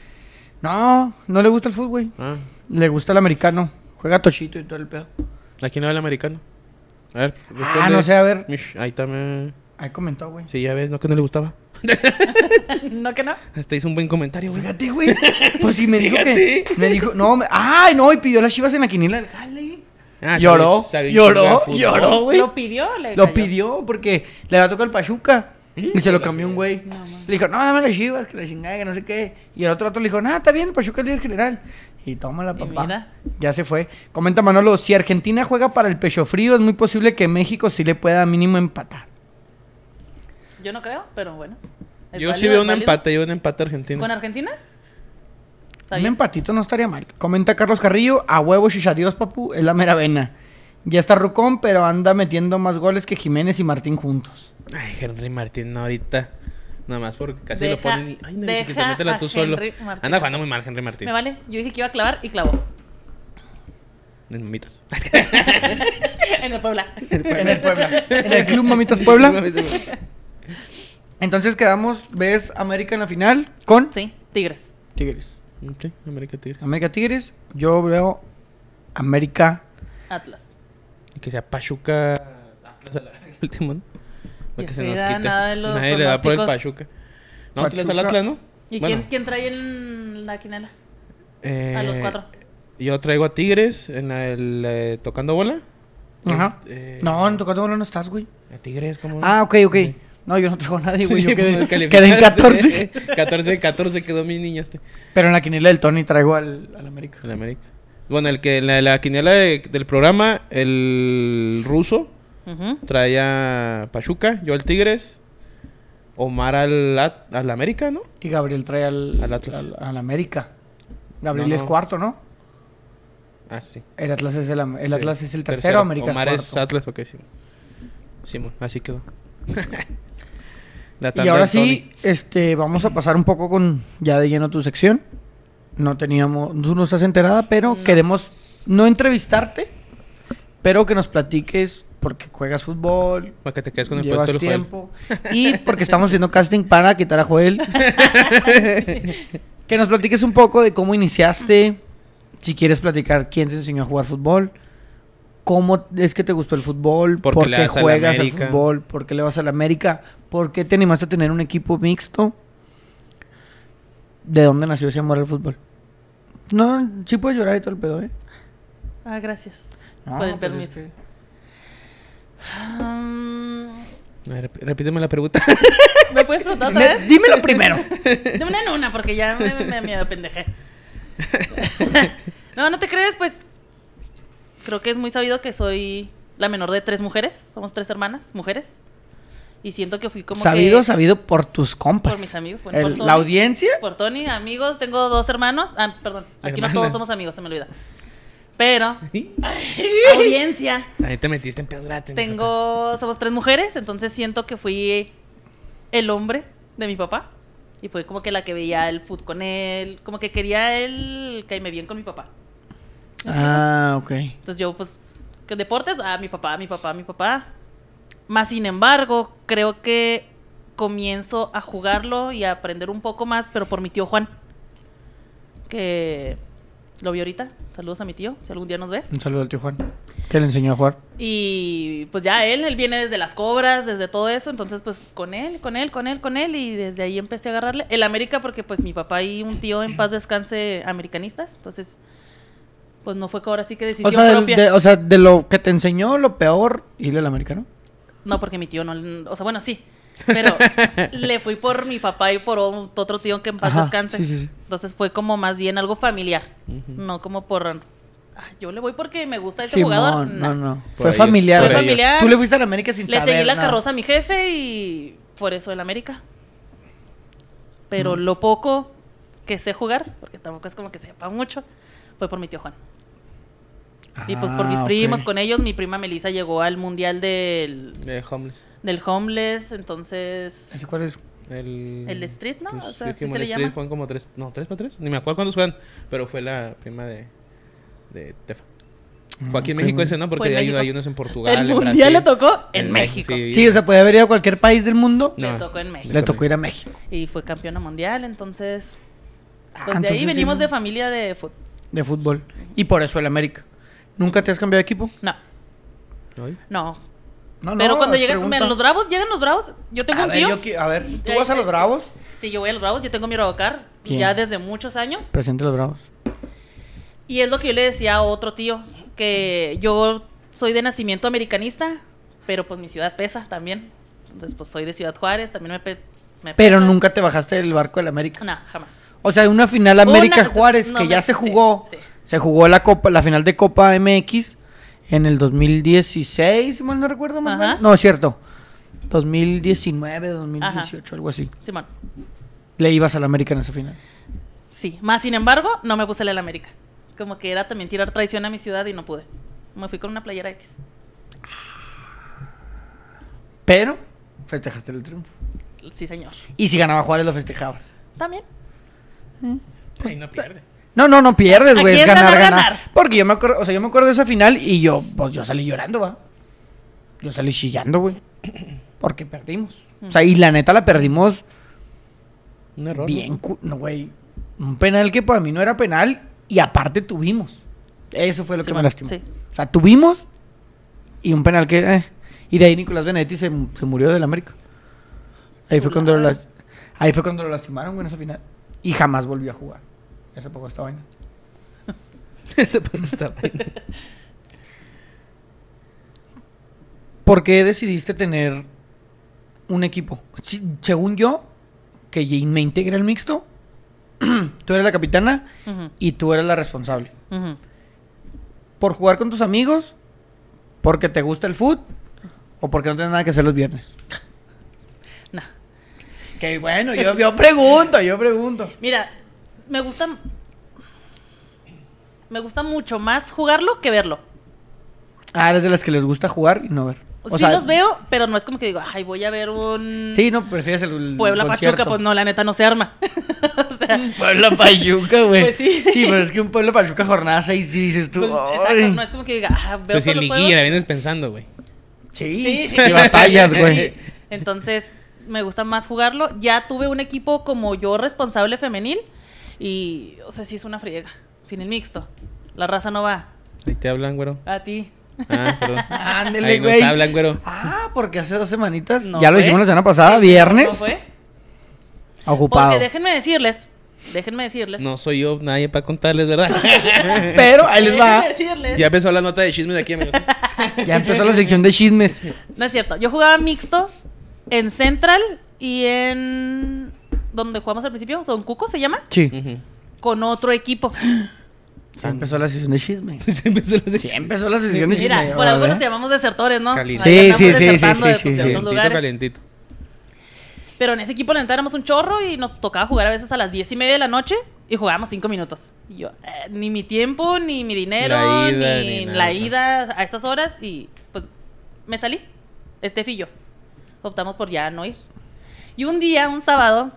C: No, no le gusta el fútbol, güey.
A: Ah,
C: Le gusta el americano. Juega tochito y todo el pedo.
A: ¿a quién le va el americano? A ver.
C: Ah,
A: responde.
C: no sé, a ver.
A: Mish, ahí también.
C: Ahí comentó, güey.
A: Sí, ya ves, no que no le gustaba.
B: No, que no.
A: Hasta hizo un buen comentario, güey.
C: Fíjate, güey. Pues sí, me dijo que. Me dijo. No, me- ay, no, y pidió las chivas en la quinila del jale.
A: Ah, sabe-
C: lloró,
A: sabe un chingo de
C: lloró,
A: fútbol.
C: lloró, güey.
B: ¿Lo pidió? o le
C: Lo
B: cayó?
C: pidió porque le había tocado el Pachuca. Y se lo cambió un güey.
B: No, mames.
C: le dijo, no, dame las chivas, que la chingada, que no sé qué. Y el otro rato le dijo, nada, está bien, el Pachuca es líder general. Y toma la
B: Y
C: papá.
B: mira.
C: Ya se fue. Comenta Manolo, si Argentina juega para el pecho frío, es muy posible que México sí le pueda mínimo empatar.
B: Yo no creo, pero bueno. Es
A: Yo sí
B: válido,
A: veo
B: es
A: un
B: válido.
A: empate, yo un empate argentino.
B: ¿Con Argentina? Está
C: Un
B: bien.
C: empatito no estaría mal. Comenta Carlos Carrillo, a huevo shisha Dios, papu, es la mera vena. Ya está Rucón, pero anda metiendo más goles que Jiménez y Martín juntos.
A: Ay, Henry Martín, no, ahorita. Nada más porque casi lo
B: Deja-
A: ponen y. Ay, no, chiquito,
B: deja
A: métela tú
B: a
A: solo.
B: Henry Martín.
A: Anda jugando muy mal, Henry Martín.
B: Me vale. Yo dije que iba a clavar y clavó.
A: En mamitas.
B: en el Puebla.
C: En el Puebla. En el Club Mamitas Puebla. Entonces quedamos, ves América en la final con
B: Sí, Tigres.
C: Tigres.
A: sí, América Tigres.
C: América Tigres. Yo veo América.
B: Atlas.
A: Y que sea Pachuca. Atlas a la verga, el último, ¿no? Para
B: Y
A: que se
B: así
A: nos
B: da
A: quite.
B: nada de los
A: Nadie le da por el
B: pronósticos.
A: Pachuca. No, tú le das al
C: Pachuca.
A: Atlas, ¿no?
B: ¿Y
A: Bueno,
B: quién, quién trae en la quinela?
A: eh,
B: A los cuatro.
A: Yo traigo a Tigres en la- el, eh, tocando bola.
C: Ajá.
A: Eh,
C: No, en Tocató no estás, güey.
A: A Tigres, ¿cómo?
C: Ah, ok, ok. No, yo no traigo a nadie, güey. Yo
A: Sí,
C: quedé,
A: pues,
C: quedé en 14.
A: 14, 14 quedó mi niña este.
C: Pero en la quiniela del Tony traigo al, al América.
A: El América. Bueno, el que la, la quiniela de- del programa, el ruso
B: Ujú.
A: traía Pachuca, yo al Tigres, Omar al, At- al América, ¿no?
C: Y Gabriel trae al,
A: Al Atlas.
C: al- al América. Gabriel
A: No,
C: es
A: no.
C: cuarto, ¿no?
A: Ah, sí.
C: El Atlas es el, am- el Atlas es el tercero, América
A: Omar
C: es
A: es
C: cuarto.
A: Atlas, ok, Simón. Simón, así quedó. La
C: y
A: tanda
C: ahora
A: del
C: sí, este, vamos a pasar un poco con ya de lleno tu sección. No teníamos, tú no estás enterada, pero queremos no entrevistarte, pero que nos platiques porque juegas fútbol,
A: Tony, Para que te quedes con el
C: llevas
A: puesto del juego.
C: tiempo y porque estamos haciendo casting para quitar a Joel. que nos platiques un poco de cómo iniciaste, si quieres platicar quién te enseñó a jugar fútbol, cómo es que te gustó el fútbol,
A: ¿Por qué
C: por
A: le
C: qué
A: vas a la
C: juegas al
A: América?
C: fútbol, por qué le vas a la América, por qué te animaste a tener un equipo mixto. ¿De dónde nació ese amor al fútbol? No, sí puedes llorar y todo el pedo, ¿eh?
B: Ah, gracias.
C: No,
B: Con el
C: pues es
B: permiso.
C: que-
B: Mm,
A: A ver, rep- repíteme la pregunta.
B: ¿Me puedes preguntar otra
C: Me-
B: vez?
C: dímelo primero.
B: De una en una, porque ya me, me da miedo, pendeje. no, no te crees, pues. Creo que es muy sabido que soy la menor de tres mujeres. Somos tres hermanas, mujeres. Y siento que fui como.
C: sabido,
B: que,
C: sabido por tus compas.
B: Por mis amigos. bueno,
C: El-
B: por
C: la
B: Tony.
C: audiencia.
B: Por Tony, amigos. Tengo dos hermanos. Ah, perdón. Aquí
A: Hermana.
B: no todos somos amigos, se me olvida. Pero, audiencia.
A: Ahí te metiste en pedos gratis. mi jota.
B: Tengo, somos tres mujeres, entonces siento que fui el hombre de mi papá. Y fue como que la que veía el fútbol con él, como que quería él caerme bien con mi papá.
C: Ah, ok.
B: Entonces yo, pues, ¿qué deportes? Ah, mi papá, mi papá, mi papá. Más sin embargo, creo que comienzo a jugarlo y a aprender un poco más, pero por mi tío Juan, que lo vi ahorita. Saludos a mi tío, si algún día nos ve.
C: Un saludo al tío Juan. Que le enseñó a jugar.
B: Y pues ya él, él viene desde las cobras, desde todo eso, entonces pues con él, con él, con él, con él, y desde ahí empecé a agarrarle. El América porque pues mi papá y un tío en paz descanse americanistas, entonces pues no fue que ahora sí que
C: O
B: decisión
C: sea, del-
B: propia.
C: de, o sea, de lo que te enseñó, lo peor, irle al americano.
B: No, porque mi tío no, o sea, bueno, sí, pero le fui por mi papá y por un- otro tío que en paz
C: Ajá,
B: descanse.
C: sí, sí, sí. Mm.
B: Entonces fue como más bien algo familiar,
A: Ujú.
B: no como por... "Ah, yo le voy porque me gusta ese
C: Simón,
B: jugador. Nah.
C: no, no.
A: Por
C: Fue
A: ellos,
C: familiar.
A: por Fue
B: ellos. familiar.
C: Tú le fuiste al América sin
B: Le
C: saber
B: seguí la
C: nada.
B: carroza a mi jefe y por eso el América.
C: Mm.
B: Pero lo poco que sé jugar, porque tampoco es como que sepa mucho, fue por mi tío Juan. Y pues por mis
C: Ah, ok.
B: primos, con ellos, mi prima Melissa llegó al mundial del,
A: De Homeless.
B: del homeless, entonces...
C: ¿Ese cuál es?
A: El,
B: El Street, ¿no?
A: pues,
B: O sea,
A: es que
B: ¿sí se
A: como el
B: le
A: Street
B: llama?
A: juegan como tres, no, tres para tres. Ni me acuerdo cuántos juegan, pero fue la prima de, de Tefa. Fue aquí en
C: Ah, ok,
A: México
C: muy
A: ese, ¿no? Porque
B: Fue en
A: hay,
B: México.
A: hay unos en Portugal,
B: El
A: en
B: mundial le
A: Brasil.
B: tocó en
A: En
B: México.
A: México,
C: Sí, o sea, podía haber ido a cualquier país del mundo.
B: Le
A: No.
B: tocó en México.
C: Le tocó ir a México.
B: Y fue campeona mundial, entonces...
C: Ah,
B: Pues de
C: entonces
B: ahí
C: sí,
B: venimos
C: ¿no?
B: de familia de fútbol.
C: De fútbol. Y por eso el América. ¿Nunca te has cambiado de equipo?
B: No,
A: Ay,
B: no.
C: No,
B: Pero cuando
C: es
B: llegan
C: pregunta.
B: los bravos, llegan los bravos. Yo tengo
C: a
B: un
C: ver,
B: tío.
C: yo qui- a ver, ¿tú
B: Ahí
C: vas a
B: te-
C: los Bravos?
B: Sí, yo voy a los Bravos, yo tengo mi Robocar
C: Bien.
B: ya desde muchos años.
C: Presente los Bravos.
B: Y es lo que yo le decía a otro tío, que yo soy de nacimiento americanista, pero pues mi ciudad pesa también. Entonces, pues soy de Ciudad Juárez, también me, pe- me
C: Pero
B: pesa.
C: nunca te bajaste del barco del América.
B: No, jamás.
C: O sea, una final América
B: Una-
C: Juárez
B: no,
C: que ya
B: me-
C: se
B: sí,
C: jugó.
B: sí.
C: Se jugó la Copa, la final de Copa MX en el 2016, si mal no recuerdo más. o
B: Ajá.
C: menos. No, es cierto. 2019, 2018, algo así.
B: Simón.
C: Le ibas al América en esa final.
B: Sí. Más sin embargo, no me puse el del América. Como que era también tirar traición a mi ciudad y no pude. Me fui con una playera X.
C: Pero festejaste el triunfo.
B: Sí, señor.
C: Y si ganaba Juárez lo festejabas.
B: También.
A: Ay, no pierde.
C: No, no, no pierdes,
B: Aquí
C: güey. Es
B: es
C: ganar,
B: ganar,
C: ganar,
B: ganar.
C: Porque yo me acuerdo, o sea, yo me acuerdo de esa final y yo, pues yo salí llorando, va. Yo salí chillando, güey. Porque perdimos. O sea, y la neta la perdimos
A: Un error.
C: bien, cu- no, güey. Un penal que para mí no era penal y aparte tuvimos. Eso fue lo
B: Sí,
C: que me
B: man,
C: lastimó.
B: sí.
C: O sea, tuvimos y un penal que. eh. Y de ahí Nicolás Benedetti se, se murió del América. Ahí fue, cuando lo,
B: Chulada.
C: las- ahí fue cuando lo lastimaron, güey, en esa final. Y jamás volvió a jugar. Ya se pagó esta vaina.
A: Ese puede estar bien.
C: ¿Por qué decidiste tener un equipo? Si- según yo, que ya me integra el mixto, tú eres la capitana
B: Ujú,
C: y tú eres la responsable.
B: ujú.
C: ¿Por jugar con tus amigos? ¿Porque te gusta el foot? ¿O porque no tienes nada que hacer los viernes?
B: No.
C: Que bueno, yo, yo pregunto, yo pregunto.
B: Mira, me gusta. Me gusta mucho más jugarlo que verlo.
C: Ah, eres de las que les gusta jugar y no ver.
B: sí los veo, pero no es como que digo, ay, voy a ver un
C: Sí, no, prefieres el, el
B: Puebla Pachuca,
C: concierto.
B: pues no, la neta no se arma. o sea,
C: Un Puebla Pachuca, güey.
B: Pues sí.
C: pero es que un Puebla Pachuca jornada 6 sí dices tú.
B: pues,
C: "Ay".
B: exacto, no es como que diga, ah, veo
A: Pero si
B: todos
A: Pues en
B: los
A: liguilla la
B: juegos".
A: vienes pensando, güey.
C: Sí,
B: Sí.
C: sí, eh, batallas, güey.
B: Sí. Entonces, me gusta más jugarlo. Ya tuve un equipo como yo responsable femenil y, o sea, sí es una friega, sin el mixto. La raza no va.
A: Ahí te hablan, güero.
B: A ti.
A: Ah, perdón.
C: Ándele,
A: Ahí nos
C: güey.
A: hablan, güero.
C: Ah, porque hace dos semanitas.
B: No
C: ya lo
B: fue.
C: dijimos la semana pasada, viernes.
B: ¿No fue?
C: Ocupado.
B: Porque déjenme decirles, déjenme decirles.
A: No soy yo nadie para contarles, ¿verdad?
C: Pero ahí les va.
B: Déjenme decirles.
A: ya empezó la nota de chismes de aquí, amigos.
C: Ya empezó la sección de chismes.
B: No es cierto. Yo jugaba mixto en Central y en. ¿Dónde jugamos al principio? ¿Don Cuco se llama?
C: Sí.
A: Ujú.
B: Con otro equipo.
C: Ya empezó la sección de chismes.
A: Se empezó la de
C: Sí,
A: chismes.
C: empezó la sección de chismes.
B: Mira, por algo nos llamamos desertores, ¿no?
A: Caliza.
B: Ahí
C: Sí,
B: andamos
C: ¿eh? sí, sí, sí,
B: desertando
C: sí,
B: de
C: sí,
B: tus- de
C: sí.
B: otros
A: Calentito,
B: lugares.
A: calentito.
B: Pero en ese equipo la neta éramos un chorro y nos tocaba jugar a veces a las diez y media de la noche y jugábamos cinco minutos. Y yo, eh, ni mi tiempo, ni mi dinero,
A: La ida,
B: ni,
A: ni nada.
B: la ida a estas horas y pues me salí. Estefi y yo. Optamos por ya no ir. Y un día, un sábado,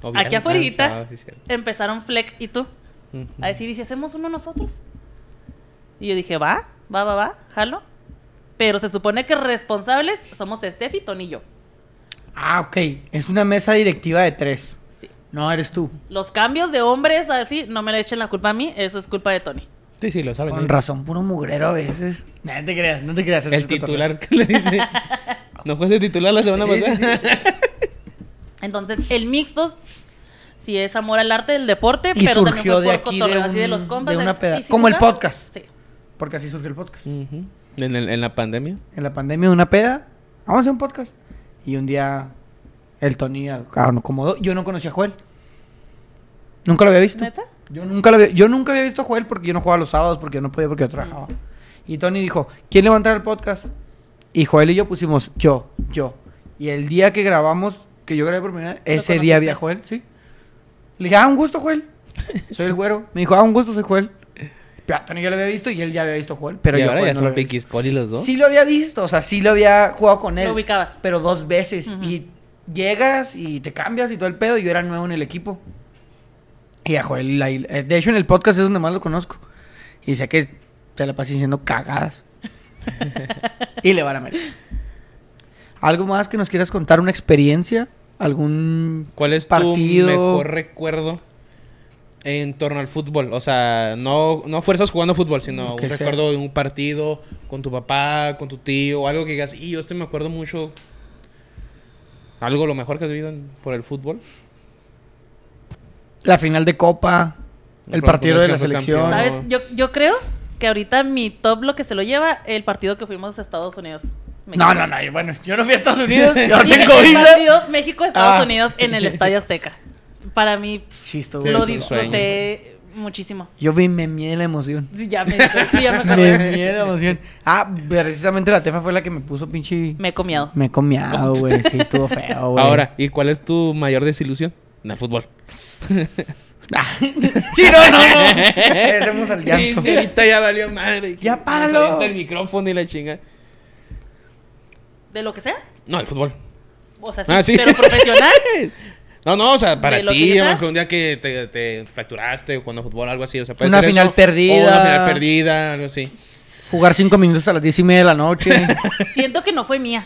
A: Obviamente.
B: Aquí afuerita.
A: Ah, sábado, sí, cierto.
B: empezaron Fleck y tú
A: Ujú.
B: a decir, ¿y si hacemos uno nosotros? Y yo dije, va, va, va, va, jalo. Pero se supone que responsables somos Steffi, Tony y yo.
C: Ah, ok. Es una mesa directiva de tres.
B: Sí.
C: No eres tú.
B: Los cambios de hombres así, no me le echen la culpa a mí, eso es culpa de Tony.
A: Sí, sí, lo saben.
C: Con razón, puro mugrero a veces. Nah, No te creas, no te creas. es
A: El
C: cotorreo.
A: titular que le dice. ¿No fue ese titular la semana
C: Sí, sí,
A: pasada?
B: Entonces, el mixtos, si es amor al arte del deporte,
C: Y
B: pero también
C: surgió
B: fue
C: de
B: por
C: aquí,
B: cotorreo,
C: de
B: así de
C: un-
B: los compas.
C: de una
B: ¿y si
C: peda- como el
B: jugamos?
C: podcast.
B: Sí.
C: Porque así surgió el podcast.
A: Ujú. en, el- en la pandemia.
C: En la pandemia de una peda. Vamos a hacer un podcast. Y un día el Tony a- a- acomodó. Yo no conocía a Joel. Nunca lo había visto.
B: ¿Neta?
C: Yo nunca, lo había, yo nunca había visto a Joel porque yo no jugaba los sábados, porque yo no podía, porque yo trabajaba. Y Tony dijo, ¿quién le va a entrar al podcast? Y Joel y yo pusimos, yo, yo. Y el día que grabamos, que yo grabé por primera vez, ese
B: conociste?
C: día había Joel, ¿sí? Le dije, ah, un gusto, Joel. Soy el güero. Me dijo, ah, un gusto, soy Joel. Pero a Tony ya lo había visto y él ya había visto a Joel. Pero
A: Pero y
C: yo a
A: ahora ya
C: Joel no lo
A: son
C: había visto.
A: piquiscoli los dos.
C: Sí lo había visto, o sea, sí lo había jugado con él.
B: Lo ubicabas.
C: Pero dos veces.
B: Ujú.
C: Y llegas y te cambias y todo el pedo. y Yo era nuevo en el equipo. Y a Joel, la- eh, de hecho, en el podcast es donde más lo conozco. Y sé que te la pasas diciendo cagadas. y le va a la América. ¿Algo más que nos quieras contar? ¿Una experiencia? ¿Algún
A: ¿Cuál es
C: partido?
A: tu mejor recuerdo en torno al fútbol? O sea, no, no fuerzas jugando fútbol, sino
C: Que
A: un
C: sea.
A: recuerdo de un partido con tu papá, con tu tío, o algo que digas, y yo este me acuerdo mucho. Algo lo mejor que has vivido en- por el fútbol.
C: Ah, La final de Copa.
A: No,
C: El
A: pero
C: partido
A: pues
C: de
A: es
C: la
A: que fue
C: selección.
A: campeón.
C: ¿Sabes?
B: ¿Sabes? Yo, yo creo que ahorita mi top lo que se lo lleva el partido que fuimos a Estados Unidos.
C: No, no, no. yo- Bueno, yo no fui a Estados Unidos. Yo no tengo
B: El
C: visa.
B: partido México-Estados
C: Ah.
B: Unidos en el Estadio Azteca. Para mí,
C: Sí, estuvo-
A: Pero
B: lo
A: es un sueño.
B: disfruté Muchísimo.
C: Yo vi me mié la emoción.
B: Sí, ya me, sí, ya me
C: Me
B: acordé.
C: mié la emoción. Ah, precisamente la tefa fue la que me puso pinche.
B: Me he comiado.
C: Me he comiado, güey. Sí, estuvo feo, güey.
A: Ahora, ¿y cuál es tu mayor desilusión? En el fútbol.
C: Sí, no, no, no. Hacemos al
A: Sí,
C: llanto.
A: sí, ahorita ya valió madre.
C: Ya
A: Nos
C: páralo.
A: avienta el micrófono y la chinga.
B: De lo que sea.
A: No, el fútbol.
B: O sea, sí,
A: Ah, sí.
B: pero profesional.
A: No, no, o sea, para
B: ¿De lo
A: ti,
B: que
A: a lo
B: sea?
A: mejor un día que te, te fracturaste jugando fútbol, algo así. O sea, puede
C: Una
A: ser
C: final
A: eso,
C: perdida.
A: O una final perdida, algo así.
C: Jugar cinco minutos a las diez y media de la noche.
B: Siento que no fue mía.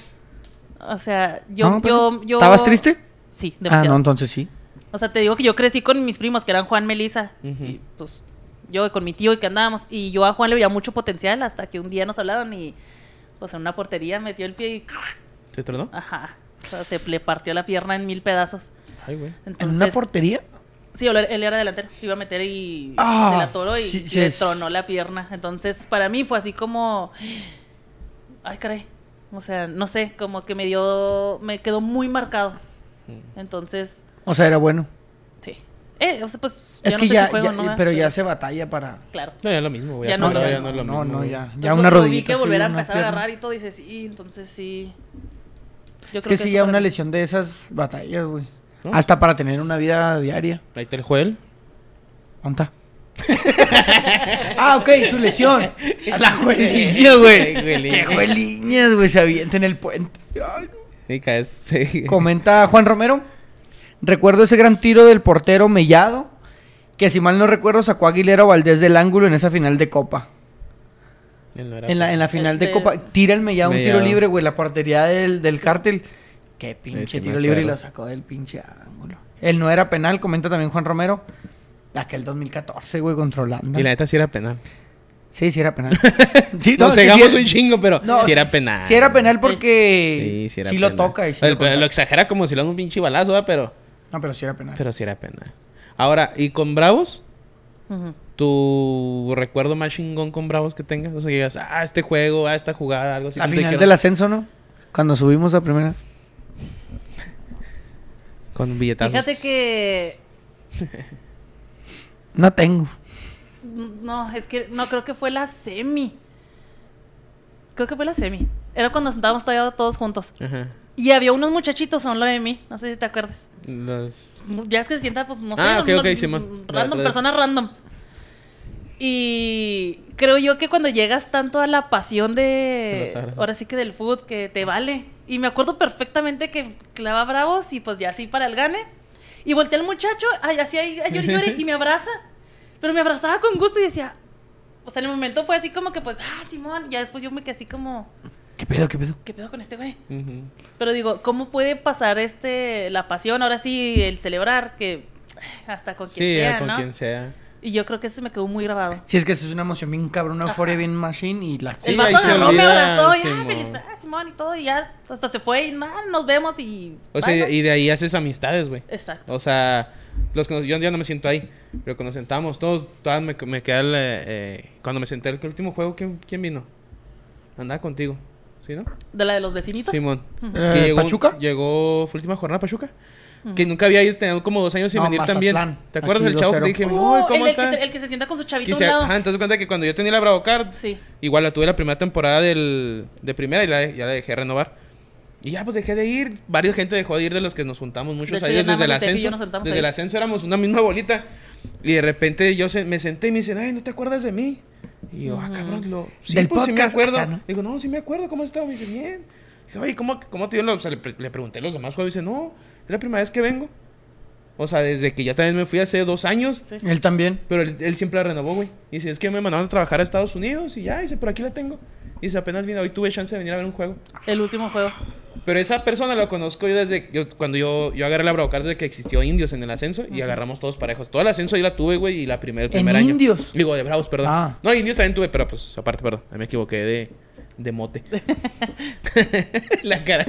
B: O sea, yo,
C: No, pero-
B: yo, yo.
C: ¿Estabas triste?
B: Sí,
C: Ah,
B: demasiado.
C: no, entonces sí.
B: O sea, te digo que yo crecí con mis primos, que eran Juan Melisa.
A: Ujú.
B: Y pues yo con mi tío y que andábamos. Y yo a Juan le veía mucho potencial hasta que un día nos hablaron y pues en una portería metió el pie y.
A: ¿Te tronó?
B: Ajá. O sea, se le partió la pierna en mil pedazos.
A: Ay, güey.
C: ¿En
B: Entonces,
C: una portería?
B: Sí, él, él era delantero. Iba a meter y
C: Ah,
B: se la atoró y
C: sí,
B: y
C: sí
B: le
C: es.
B: tronó la pierna. Entonces, para mí fue así como. Ay, caray. O sea, no sé, como que me dio. Me quedó muy marcado.
C: Mm.
B: Entonces,
C: O sea, era bueno.
B: sí. Eh, o sea, pues.
C: Es
B: yo
C: que
B: no sé
C: ya,
B: si juego,
C: ya-
B: ¿no?
C: eh,
B: ¿verdad?
C: pero ya se batalla para.
B: Claro.
A: No, ya es lo mismo, güey.
B: Ya no,
A: Ahora
B: ya
A: es lo
C: no,
A: mismo,
C: no,
A: güey.
C: ya. Ya
B: Entonces,
C: una
B: lo- lo
C: rodilla.
B: vi que volver a empezar a agarrar y todo, dices, sí, entonces sí. Yo
C: Es que
B: eso
C: sí, ya
B: para
C: una
B: mí.
C: lesión de esas batallas, güey.
A: ¿No?
C: Hasta para tener una vida diaria.
A: Ahí está el Joel.
C: ¿Onta? ah, ok, su lesión. La jueliña,
A: Jueliña,
C: güey.
A: güey.
C: Qué jueliñas, güey. Se avienta en el puente. Ay, no.
A: Y caes. sí.
C: Comenta Juan Romero. Recuerdo ese gran tiro del portero Mellado. Que si mal no recuerdo, sacó a Aguilera Valdés del ángulo en esa final de Copa.
A: Él no era-
C: En la, en la final de
B: de-
C: Copa, tira el Mellado un tiro
A: Mellado.
C: libre, güey, la portería del, del cártel. Qué pinche
A: sí me
C: tiro libre y lo
A: acuerdo.
C: sacó del pinche ángulo. Él no era penal, comenta también Juan Romero. Aquel 2014, güey, controlando.
A: Y la neta sí era penal.
C: Sí, sí era penal. sí,
A: Nos
C: es que sí
A: cegamos
C: era-
A: un chingo, pero
C: no,
A: sí era penal.
C: Sí era penal porque
A: Sí,
C: sí,
A: sí era
C: lo
A: penal.
C: toca y sí
A: Oye,
C: lo
A: pero
C: contra-
A: lo exagera como si le dan un pinche balazo, ¿verdad? pero
C: No, pero sí era penal.
A: pero sí era penal. Ahora, ¿y con Bravos?
B: Ujú.
A: ¿Tu recuerdo más chingón con Bravos que tengas? O sea, que digas, ah, este juego, ah, esta jugada, algo así.
C: la
A: ¿Tú te
C: final
A: dijeron?
C: del ascenso, ¿no? Cuando subimos a primera.
A: Con billetazos.
B: Fíjate que.
C: No tengo.
B: No, es que no creo que fue la semi. Creo que fue la semi. Era cuando nos sentábamos todavía todos juntos.
A: Ajá.
B: Y había unos muchachitos a un lado de mí, no sé si te acuerdas.
A: Los-
B: Ya es que se sienta, pues, no sé.
A: Ah, ok,
B: un-
A: ok, Simón.
B: Random,
A: La- la-
B: personas random. Y creo yo que cuando llegas tanto a la pasión
A: De
B: de.
A: los sagrados.
B: Ahora sí que del food, que te vale. Y me acuerdo perfectamente que clava bravos y pues ya así para el gane. Y volteé al muchacho, ay, así ahí, ay, llore, llore, y me abraza. Pero me abrazaba con gusto y decía. O sea, en el momento fue así como que pues, ah, Simón. Ya después yo me quedé así como,
C: ¿Qué pedo, qué pedo?
B: ¿qué pedo con este güey?
A: Ujú.
B: Pero digo, ¿cómo puede pasar este la pasión, ahora sí, el celebrar, que hasta con quien
A: Sí, ah,
B: sea,
A: con
B: ¿no?
A: quien sea.
B: Y yo creo que ese me quedó muy grabado.
C: Sí, es que eso es una emoción bien cabrón, una euforia bien machine y la...
A: Sí,
B: el
A: ahí
B: vato
A: se
B: agarró, me
A: olvida,
B: abrazó, y ah,
A: Simón.
B: feliz, ah, Simón y todo, y ya hasta se fue y nada, nos vemos y.
A: O sea, y
B: bye,
A: de- Pues y de ahí haces amistades, güey.
B: ¿no? Exacto.
A: O sea, los que nos- yo ya no me siento ahí, pero cuando nos sentamos todos, todas me, me queda el, eh, eh, cuando me senté el último juego, ¿quién, quién vino? Andaba contigo, ¿sí no?
B: De la de los vecinitos.
A: Simón.
B: Ujú.
A: Que
C: Eh,
A: llegó un-
C: ¿Pachuca?
A: Llegó, fue última jornada Pachuca. Que nunca había ido, tenía como dos años sin
C: No,
A: venir
C: Mazatlán.
A: también. ¿Te acuerdas
C: Aquí
A: del chavo que te
C: 2-0.
A: dije,
B: Uh,
A: "Uy,
B: el,
A: ¿cómo
B: el que,
A: está?
B: te- el que se sienta con su chavito
A: Quise-
B: a un lado.
A: Ajá, entonces cuenta que "Ah". cuando yo tenía la Bravocar,
B: Sí.
A: igual la tuve la primera temporada del, de primera y la, de- ya la dejé renovar. Y ya pues dejé de ir, varias gente dejó de ir de los que nos juntamos
B: De
A: muchos
B: hecho,
A: ahí
B: ya
A: desde
B: nada
A: el
B: más el Tepi y yo
A: ascenso.
B: nos sentamos
A: Desde
B: ahí.
A: el ascenso éramos una misma bolita. Y de repente yo se- me senté y me dicen, ay, ¿no te acuerdas de mí? Y yo, ah, cabrón, lo... Sí,
C: Del
A: pues, sí me
C: podcast
A: acuerdo.
C: acá, ¿no?
A: Digo, no, sí me acuerdo, ¿cómo has estado? Me dice, bien. Dije, oye, ¿cómo, cómo te dio? la-?" O sea, le, pre- le pregunté a los demás juegos. Dice, no, es la primera vez que vengo. O sea, desde que ya también me fui hace dos años.
B: Sí.
C: Él también.
A: Pero él, él siempre la renovó, güey. Y dice, es que me mandaron a trabajar a Estados Unidos y ya, dice, pero aquí la tengo. Y dice, apenas vine, hoy tuve chance de venir a ver un juego.
B: El último juego.
A: Pero esa persona la conozco yo desde yo- cuando yo, yo agarré la Bravocar desde que existió Indios en el ascenso y agarramos todos parejos. Todo el ascenso yo la tuve, güey, y la primera, el
C: ¿En
A: primer año.
C: Indios?
A: Digo, de Bravos, perdón.
C: Ah.
A: No, Indios también tuve, pero pues aparte, perdón, ahí me equivoqué de, de mote. la cara.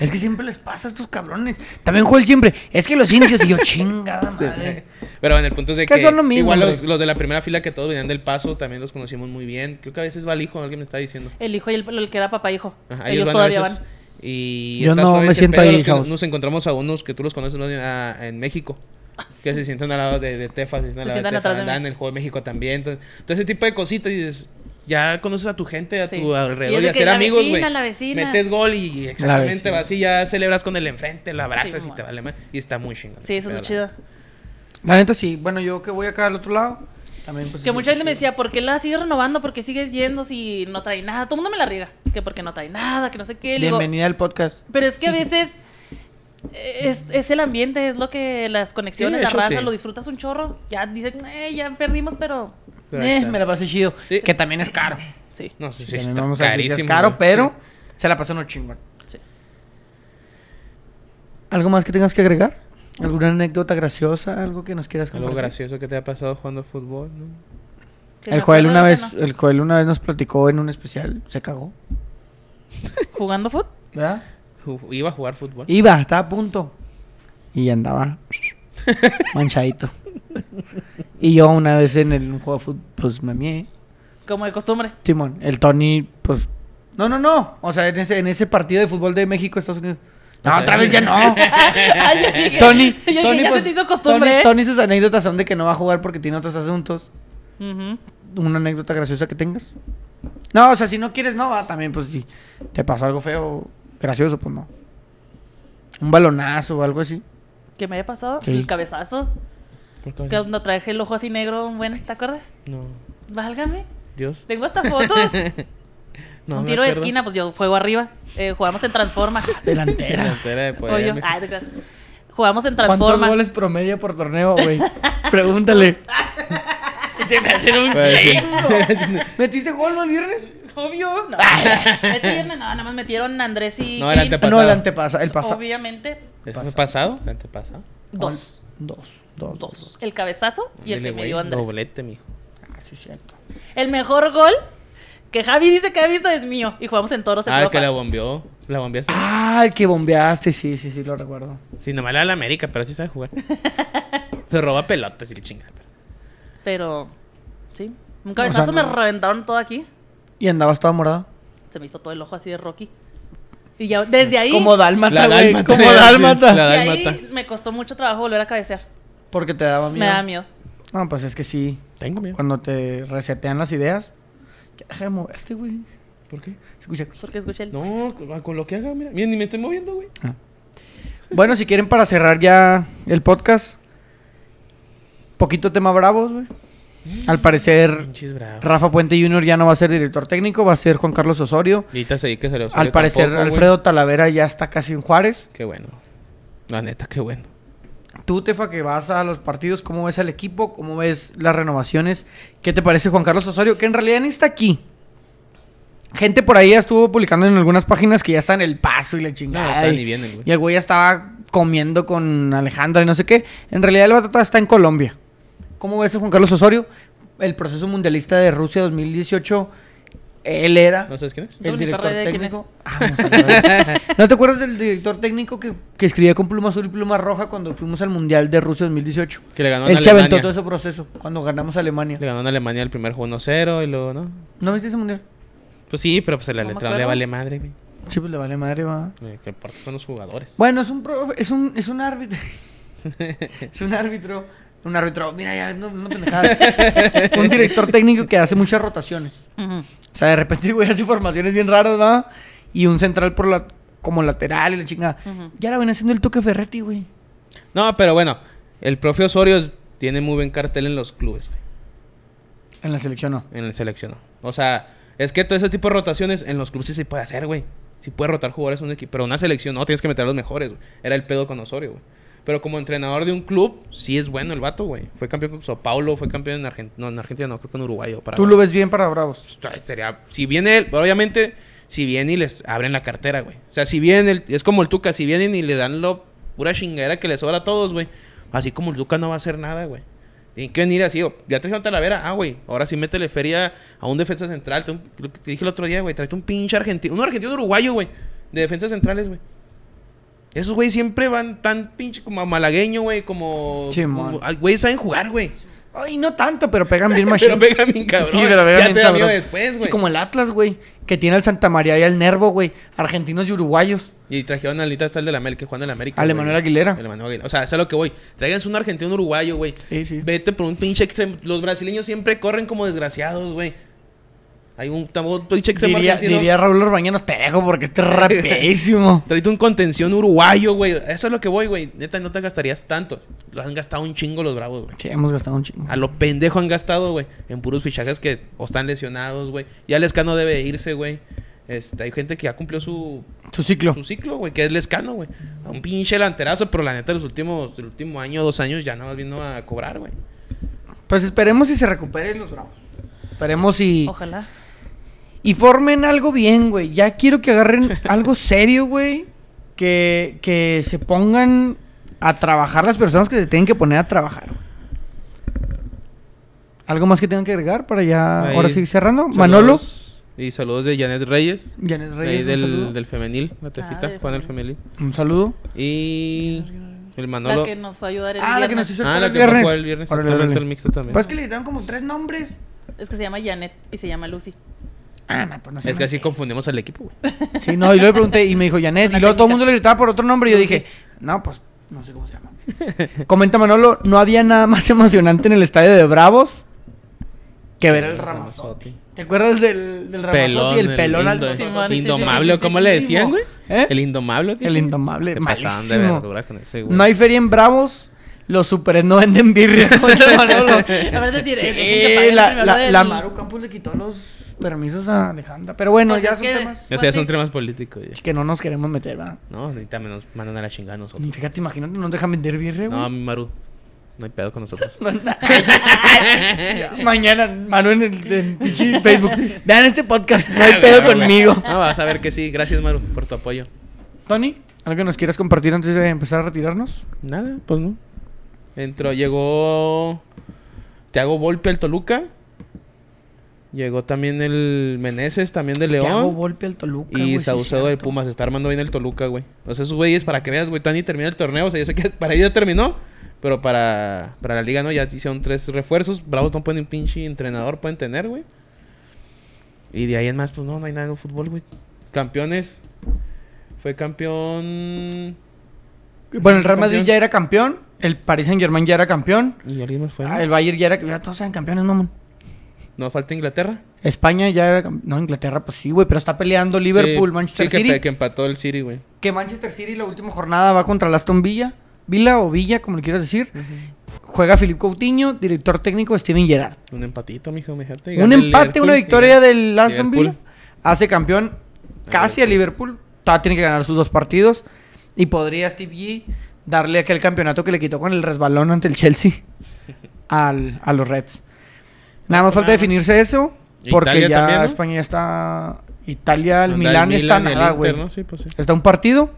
C: Es que siempre les pasa a estos cabrones. También Joel siempre. Es que los indios y yo chingada madre.
A: Pero bueno, el punto es de
C: Que
A: que,
C: son lo mismo,
A: igual los,
C: hombre.
A: los de la primera fila que todos venían del paso también los conocimos muy bien. Creo que a veces va el hijo, alguien me está diciendo.
B: El hijo y el, el que era papá e hijo.
A: Ajá,
B: ellos
A: a
B: todavía
A: veces.
B: van.
A: Y
C: Yo
A: está
C: no
A: suave
C: me
A: ese
C: siento
A: pedo,
C: ahí,
A: los que
C: chavos.
A: Nos encontramos a unos que tú los conoces ¿no? Ah, en México. que se sientan al lado de, de Tefa, se sientan,
B: Se
A: al lado
B: sientan
A: de
B: atrás
A: Tefa,
B: de
A: andan
B: mí.
A: en el Juego de México también. Entonces, todo ese tipo de cositas y dices, ya conoces a tu gente, a
B: Sí.
A: tu
B: Y es
A: alrededor y,
B: de que
A: hacer
B: la
A: amigos,
B: vecina,
A: güey.
B: la vecina.
A: Metes gol y exactamente
C: vecina.
A: vas y ya celebras con el enfrente, lo abrazas y
B: bueno.
A: te vale más. Y está muy chingón.
B: Sí, eso es
A: Pero-
B: lo chido.
C: La neta sí, bueno, yo que voy acá al otro lado, también pues...
B: Que
C: es
B: mucha gente me
C: chido.
B: decía, ¿por qué la sigues renovando? ¿Por qué sigues yendo si no trae nada? Todo el mundo me la riega. Que porque no trae nada, que no sé qué. Le digo,
C: Bienvenida al podcast.
B: pero es que a veces es, es el ambiente, es lo que las conexiones,
A: Sí, de
B: la
A: hecho,
B: raza,
A: sí.
B: lo disfrutas un chorro. Ya dicen, "Eh, ya perdimos, pero
A: pero ahí
C: Eh,
A: está.
C: me la pasé chido.
A: Sí.
C: Que también es caro.
B: sí,
A: No, sí, sí,
C: También
A: está
C: vamos a decir que
A: carísimo.
C: es caro,
A: güey.
C: pero se la pasó uno chingón.
B: sí.
C: ¿Algo más que tengas que agregar? ¿Alguna anécdota graciosa? ¿Algo que nos quieras
A: Algo
C: compartir?
A: gracioso que te ha pasado jugando fútbol, ¿no?
B: Que
C: El
B: me
C: Joel,
B: acuerdo
C: una
B: de
C: vez,
B: que no.
C: el Joel una vez nos platicó en un especial, se cagó.
B: ¿Jugando fútbol?
C: ¿Verdad?
A: Ju- Iba a jugar fútbol.
C: Iba, estaba a punto. Y andaba manchadito. Y yo una vez en el, un juego de fútbol, pues me mié.
B: Como de costumbre.
C: Simón, el Tony, pues. No, no, no. O sea, en ese, en ese partido de fútbol de México, Estados Unidos. No,
A: O sea,
C: otra vez ya no.
B: Ay, yo dije-
C: Tony,
B: yo dije,
C: Tony,
B: ya se
C: pues,
B: te hizo costumbre. ¿eh?
C: Tony- Tony, sus anécdotas son de que no va a jugar porque tiene otros asuntos.
B: Ujú.
C: Una anécdota graciosa que tengas. No, o sea, si no quieres, no va. También, pues, si te pasó algo feo, gracioso, pues no. Un balonazo o algo así.
B: ¿Qué me había pasado?
C: Sí.
B: El cabezazo.
A: ¿Por qué?
B: Que cuando traje el ojo así negro, un buen, ¿te acuerdas?
A: No.
B: Válgame.
A: Dios.
B: Tengo hasta fotos.
A: No,
B: un
A: me
B: tiro
A: acuerdo.
B: de esquina, pues yo juego arriba. Eh, jugamos en Transforma.
A: Pues,
C: Delantera.
A: Delantera de
B: O yo-
A: Puebla.
B: Ay, te creas. Jugamos en
C: ¿Cuántos
B: Transforma.
C: goles promedio por torneo, güey? Pregúntale.
B: Ah,
C: Se me hacen un
A: Pues, sí.
C: chingo. ¿Metiste gol no el viernes?
B: Obvio. No. este viernes no, nada más metieron Andrés y.
A: No, era
B: Kevin.
A: antepasado.
C: No, el antepasa, el pasado.
B: Obviamente,
A: ¿Es el pasado? ¿El antepasado?
B: dos.
C: Dos, dos,
B: Dos. El cabezazo y el
A: Dile,
B: que me
A: güey,
B: dio Andrés.
A: Doblete, mijo.
C: Ah, sí, cierto.
B: El mejor gol que Javi dice que ha visto es mío. Y jugamos en toros. en
A: Ah, el
B: Profa.
A: que la bombeó. La bombeaste.
C: Ah, el que bombeaste, sí, sí, sí, lo recuerdo.
A: Sí, nomás le da a la América, pero sí sabe jugar. Se roba pelotas y le chinga.
B: Pero, sí. Un
C: sea,
B: cabezazo me
C: no.
B: reventaron todo aquí.
C: Y andabas todo morado.
B: Se me hizo todo el ojo así de Rocky. Y ya, desde ahí.
C: Como dálmata, güey.
A: dálmata,
C: Como
A: sí,
C: dálmata.
A: la
B: de
A: dálmata.
B: ahí me costó mucho trabajo volver a cabecear.
C: Porque te daba miedo.
B: Me da miedo.
C: No, pues es que sí.
A: Tengo miedo.
C: Cuando te resetean las ideas, ya deja de moverte, güey.
A: ¿Por qué?
C: Se escucha.
B: Porque escuché el.
A: No, con- con lo que haga, mira. Mira, ni me estoy moviendo, güey.
C: Ah. Bueno, si quieren para cerrar ya el podcast, poquito tema bravos, güey. Al parecer,
A: Pinches bravos.
C: Rafa Puente Jr. ya no va a ser director técnico, va a ser Juan Carlos Osorio.
A: Ahorita se que se le
C: Al parecer, Alfredo Talavera ya está casi en Juárez.
A: Qué bueno. La neta, qué bueno.
C: Tú, Tefa, que vas a los partidos, ¿cómo ves al equipo? ¿Cómo ves las renovaciones? ¿Qué te parece Juan Carlos Osorio? Que en realidad ni está aquí. Gente por ahí ya estuvo publicando en algunas páginas que ya está en el paso y la
A: No,
C: chingada.
A: está
C: y-
A: ni bien el güey.
C: y el güey ya estaba comiendo con Alejandra y no sé qué. En realidad el vato todavía está en Colombia. ¿Cómo ves a Juan Carlos Osorio? El proceso mundialista de Rusia 2018, él era
A: ¿No sabes quién es?
B: tengo
C: el
B: ni
C: director
B: perra idea de quién
C: técnico. Ah, no sé. ¿No te acuerdas del director técnico que, que escribía con pluma azul y pluma roja cuando fuimos al mundial de Rusia 2018?
A: Que le ganó a
C: Él se
A: Alemania.
C: aventó todo ese proceso cuando ganamos a Alemania.
A: Le ganó a Alemania el primer juego 1-0 y luego, ¿no?
C: ¿No viste ese mundial?
A: Pues sí, pero pues la
B: No me
A: letra
B: acuerdo.
A: le vale madre, güey.
C: Sí, pues le vale madre, va.
A: Lo que importa son los jugadores.
C: Bueno, es un, profe- es un, es un árbitro. es un árbitro. Un árbitro. Mira, ya, no, no pendejadas. un director técnico que hace muchas rotaciones.
B: Ujú.
C: O sea, de repente, el güey, hace formaciones bien raras, ¿va? Y un central por la, como lateral y la chingada.
B: Ujú.
C: Ya la ven haciendo el toque Ferretti, güey.
A: No, pero bueno, el profe Osorio es- tiene muy buen cartel en los clubes, güey.
C: En la selección no.
A: En el selección. ¿no? O sea, es que todo ese tipo de rotaciones en los clubes sí se puede hacer, güey. Sí puede rotar jugadores en un equipo. Pero una selección no, tienes que meter a los mejores, güey. Era el pedo con Osorio, güey. Pero como entrenador de un club, sí es bueno el vato, güey. Fue campeón con Sao Paulo, fue campeón en Argentina. No, en Argentina no, creo que en Uruguay o para.
C: Tú lo ves bien para Bravos.
A: Sería, si viene él, obviamente, si viene y les abren la cartera, güey. O sea, si viene, el- es como el Tuca, si vienen y le dan lo pura chingadera que les sobra a todos, güey. Así como el Tuca no va a hacer nada, güey. Tienen que venir así, o, ya trajeron a Talavera, ah, güey. Ahora sí métele feria a un defensa central. Te, lo que te dije el otro día, güey, tráete un pinche argentino, un argentino uruguayo, güey, de defensas centrales, güey. Esos güey siempre van tan pinche como a malagueño, güey, como...
C: Simón.
A: como- ah, Güey, saben jugar, güey.
C: Ay, no tanto, pero pegan bien machine.
A: Pero pega bien cabrón.
C: Sí, pero
A: ya
C: pegan bien
A: te da miedo
C: sabroso.
A: después, güey.
C: Sí, como el Atlas, güey, que tiene al Santa María y al Nervo, güey, argentinos y uruguayos.
A: Y trajeron al hasta el de la Mel, que juega en el América.
C: Al
A: güey.
C: Emanuel Aguilera.
A: Al Emanuel Aguilera. O sea, es a lo que voy. Tráiganse un argentino, un uruguayo, güey.
C: Sí, sí.
A: Vete por un pinche extremo. Los brasileños siempre corren como desgraciados, güey. Hay un, un pinche extremo
C: Diría,
A: argentino.
C: diría Raúl Orbañanos, te dejo porque este es rapidísimo.
A: Tráete un contención uruguayo, güey. Eso es lo que voy, güey. Neta, no te gastarías tanto. Los han gastado un chingo los bravos, güey.
C: Sí, hemos gastado un chingo.
A: A lo pendejo han gastado, güey. En puros fichajes que o están lesionados, güey. Ya el escano debe irse, güey. Este, hay gente que ya cumplió su,
C: Su ciclo.
A: su ciclo, güey, que es Lescano, güey. Un pinche delanterazo, pero la neta, los últimos, el último año, dos años, ya nada más vino a cobrar, güey.
C: Pues esperemos si se recuperen los bravos. Esperemos si...
B: Ojalá.
C: Y formen algo bien, güey. Ya quiero que agarren algo serio, güey. Que, que se pongan a trabajar las personas que se tienen que poner a trabajar. güey. ¿Algo más que tengan que agregar para ya
A: Ahí,
C: Ah, ahora sí cerrando?
A: saludos.
C: Manolo.
A: Y saludos de Janet Reyes.
C: Janet
A: de ahí
C: Reyes. un, saludo.
A: del, del femenil, la tefita,
B: del
A: Juan el femenil.
B: Ah, femenil.
C: Un saludo.
A: Y el
B: La
A: Manolo.
B: que nos va a ayudar el
C: Ah, la que
B: viernes.
C: nos hizo-
A: Ah, la
C: el
A: que fue a
C: viernes.
A: jugar el viernes,
C: Órale,
A: exactamente,
C: órale.
A: el mixto también.
C: Pues es que le dieron como tres nombres.
B: Es que se llama Janet y se llama Lucy.
C: Ah, no, pues no sé.
A: Es que así confundimos al equipo, güey.
C: Sí, no, y luego le pregunté y me dijo Janet.
B: Una
C: Y luego todo el
B: técnica.
C: mundo le gritaba por otro nombre. Y yo dije, no, pues no sé cómo se llama. Comenta Manolo, no había nada más emocionante en el estadio de Bravos que ver el Ramazotti. ¿Te acuerdas del, del Ramazotti? El pelón
A: indo-
C: alto.
B: Simón,
A: el
B: sí, sí,
A: indomable,
B: sí, sí,
A: ¿cómo
B: sí,
A: le
B: sí,
A: decían,
B: sí,
A: güey?
C: ¿Eh?
A: El indomable. ¿qué
C: El
A: sí?
C: indomable,
A: Se pasaban de
C: malísimo.
A: verdura con ese, güey.
C: No hay feria en Bravos. Los superes no venden birria. comenta Manolo.
B: A ver, decir, eh, dejen que
C: Sí,
B: paguen
C: la,
B: primero
C: la,
B: del-
C: la Maru Campos le quitó los permisos a Alejandra. Pero bueno,
B: Pues
C: ya
B: es
C: son
B: que-
C: temas
A: O sea, ya son
B: Así.
A: temas políticos, ya.
C: que no nos queremos meter, ¿verdad?
A: No, ahorita me nos mandan a la chingada a nosotros.
C: Fíjate, imagínate, no nos dejan vender birria, güey.
A: No, mi Maru. No hay pedo con nosotros.
C: Mañana, Manu en el en pinche Facebook. Vean este podcast, no hay pedo
A: güey.
C: conmigo.
A: No, vas a ver que sí. Gracias, Maru, por tu apoyo.
C: Tony, ¿algo que nos quieras compartir antes de empezar a retirarnos?
A: Nada, pues no. Entró, llegó. Thiago Volpe al Toluca. Llegó también el Meneses, también de León.
C: hago golpe al Toluca.
A: Y Saucedo del Pumas está armando bien el Toluca, güey. O sea, esos güeyes, para que veas, güey, Tani termina el torneo. O sea, yo sé que para ellos ya terminó, pero para, para la liga, ¿no? Ya hicieron tres refuerzos. Bravos no pueden un pinche entrenador, pueden tener, güey. Y de ahí en más, pues no, no hay nada de fútbol, güey. Campeones. Fue campeón.
C: Bueno, el Real
A: Campeón.
C: Madrid ya era campeón. El Paris Saint Germain ya era campeón.
A: ¿Y alguien más fue? no?
C: Ah, el Bayern ya era. Ya todos eran campeones, mamón.
A: No falta Inglaterra.
C: España ya era. camp- No, Inglaterra, pues sí, güey. Pero está peleando Liverpool,
A: Sí,
C: Manchester
A: sí, que,
C: City.
A: pe- que empató el City, güey.
C: que Manchester City la última jornada va contra el Aston Villa, Villa o Villa, como le quieras decir. Juega Filip Coutinho, director técnico Steven Gerrard.
A: Un empatito, mijo, imagínate.
C: Un
A: Gana el
C: empate, una
A: Liverpool,
C: victoria
A: que-
C: del Aston
A: Liverpool.
C: Villa hace campeón casi a Liverpool. Todavía tiene que ganar sus dos partidos y podría Steve G darle aquel campeonato que le quitó con el resbalón ante el Chelsea al- a los Reds. Nada más falta definirse eso
A: E
C: porque
A: Italia
C: ya
A: también, ¿no?
C: España ya está Italia, el
A: Anda
C: Milán, está
A: Milan y el
C: nada,
A: Inter,
C: güey.
A: ¿no? Sí, pues sí.
C: Está un partido.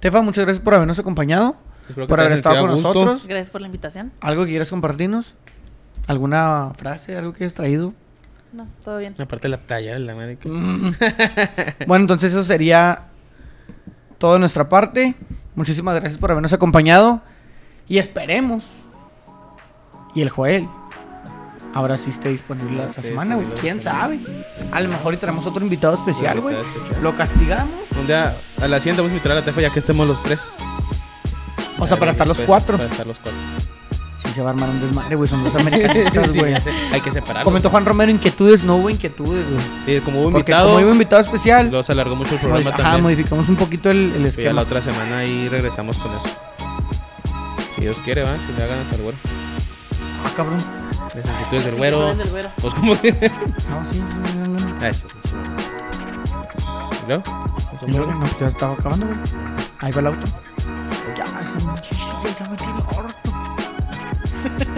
C: Tefa, muchas gracias por habernos acompañado,
A: Espero que
C: por
A: te
C: haber
A: hayas
C: estado con
A: sentido a gusto.
C: nosotros.
B: Gracias por la invitación.
C: ¿Algo que quieras compartirnos? ¿Alguna frase, algo que hayas traído?
B: No, todo bien.
A: Aparte de la playa de la América.
C: Bueno, entonces eso sería todo de nuestra parte. Muchísimas gracias por habernos acompañado. Y esperemos. Y el Joel. Ahora sí esté disponible la otra
A: Sí,
C: semana, güey.
A: sí,
C: ¿Quién
A: sí.
C: sabe? A lo mejor y traemos otro invitado especial,
A: Otro
C: güey.
A: invitado especial.
C: Lo castigamos.
A: Un día a la siguiente vamos a invitar a la tefa ya que estemos los tres.
C: O sea, para estar los
A: Pues,
C: cuatro.
A: Para estar los cuatro.
C: Sí, se va a armar un desmadre, güey. Son dos americanistas,
A: Sí,
C: pues, güey.
A: ya sé. Hay que separarlos.
C: Comentó Juan Romero inquietudes. No hubo inquietudes, güey.
A: Sí, como hubo
C: Porque
A: invitado,
C: como iba invitado especial,
A: los alargó mucho el
C: modi-
A: programa
C: ajá,
A: también.
C: modificamos un poquito el, el
A: Sí, ya la
C: esquema.
A: otra semana y regresamos con eso. Si Dios quiere, va. Si le hagan hasta el güero.
C: Ah, cabrón.
A: Necesitudes del güero.
B: Soy del güero.
A: Pues como que.
C: No, sí, no, no, no.
A: Ah, Eso. ¿No? ¿Eso
C: Yo creo
A: fue?
C: que no, ya estaba acabando, güey. Ahí va el auto. Ya, ese muchísimo, ya me tiene harto.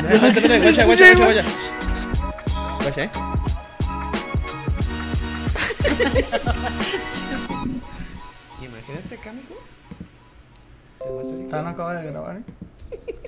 A: Guacha, guacha, guacha, guacha, guacha. Guacha, eh. Imagínate acá, mijo.
C: Todavía no acaba de grabar, eh.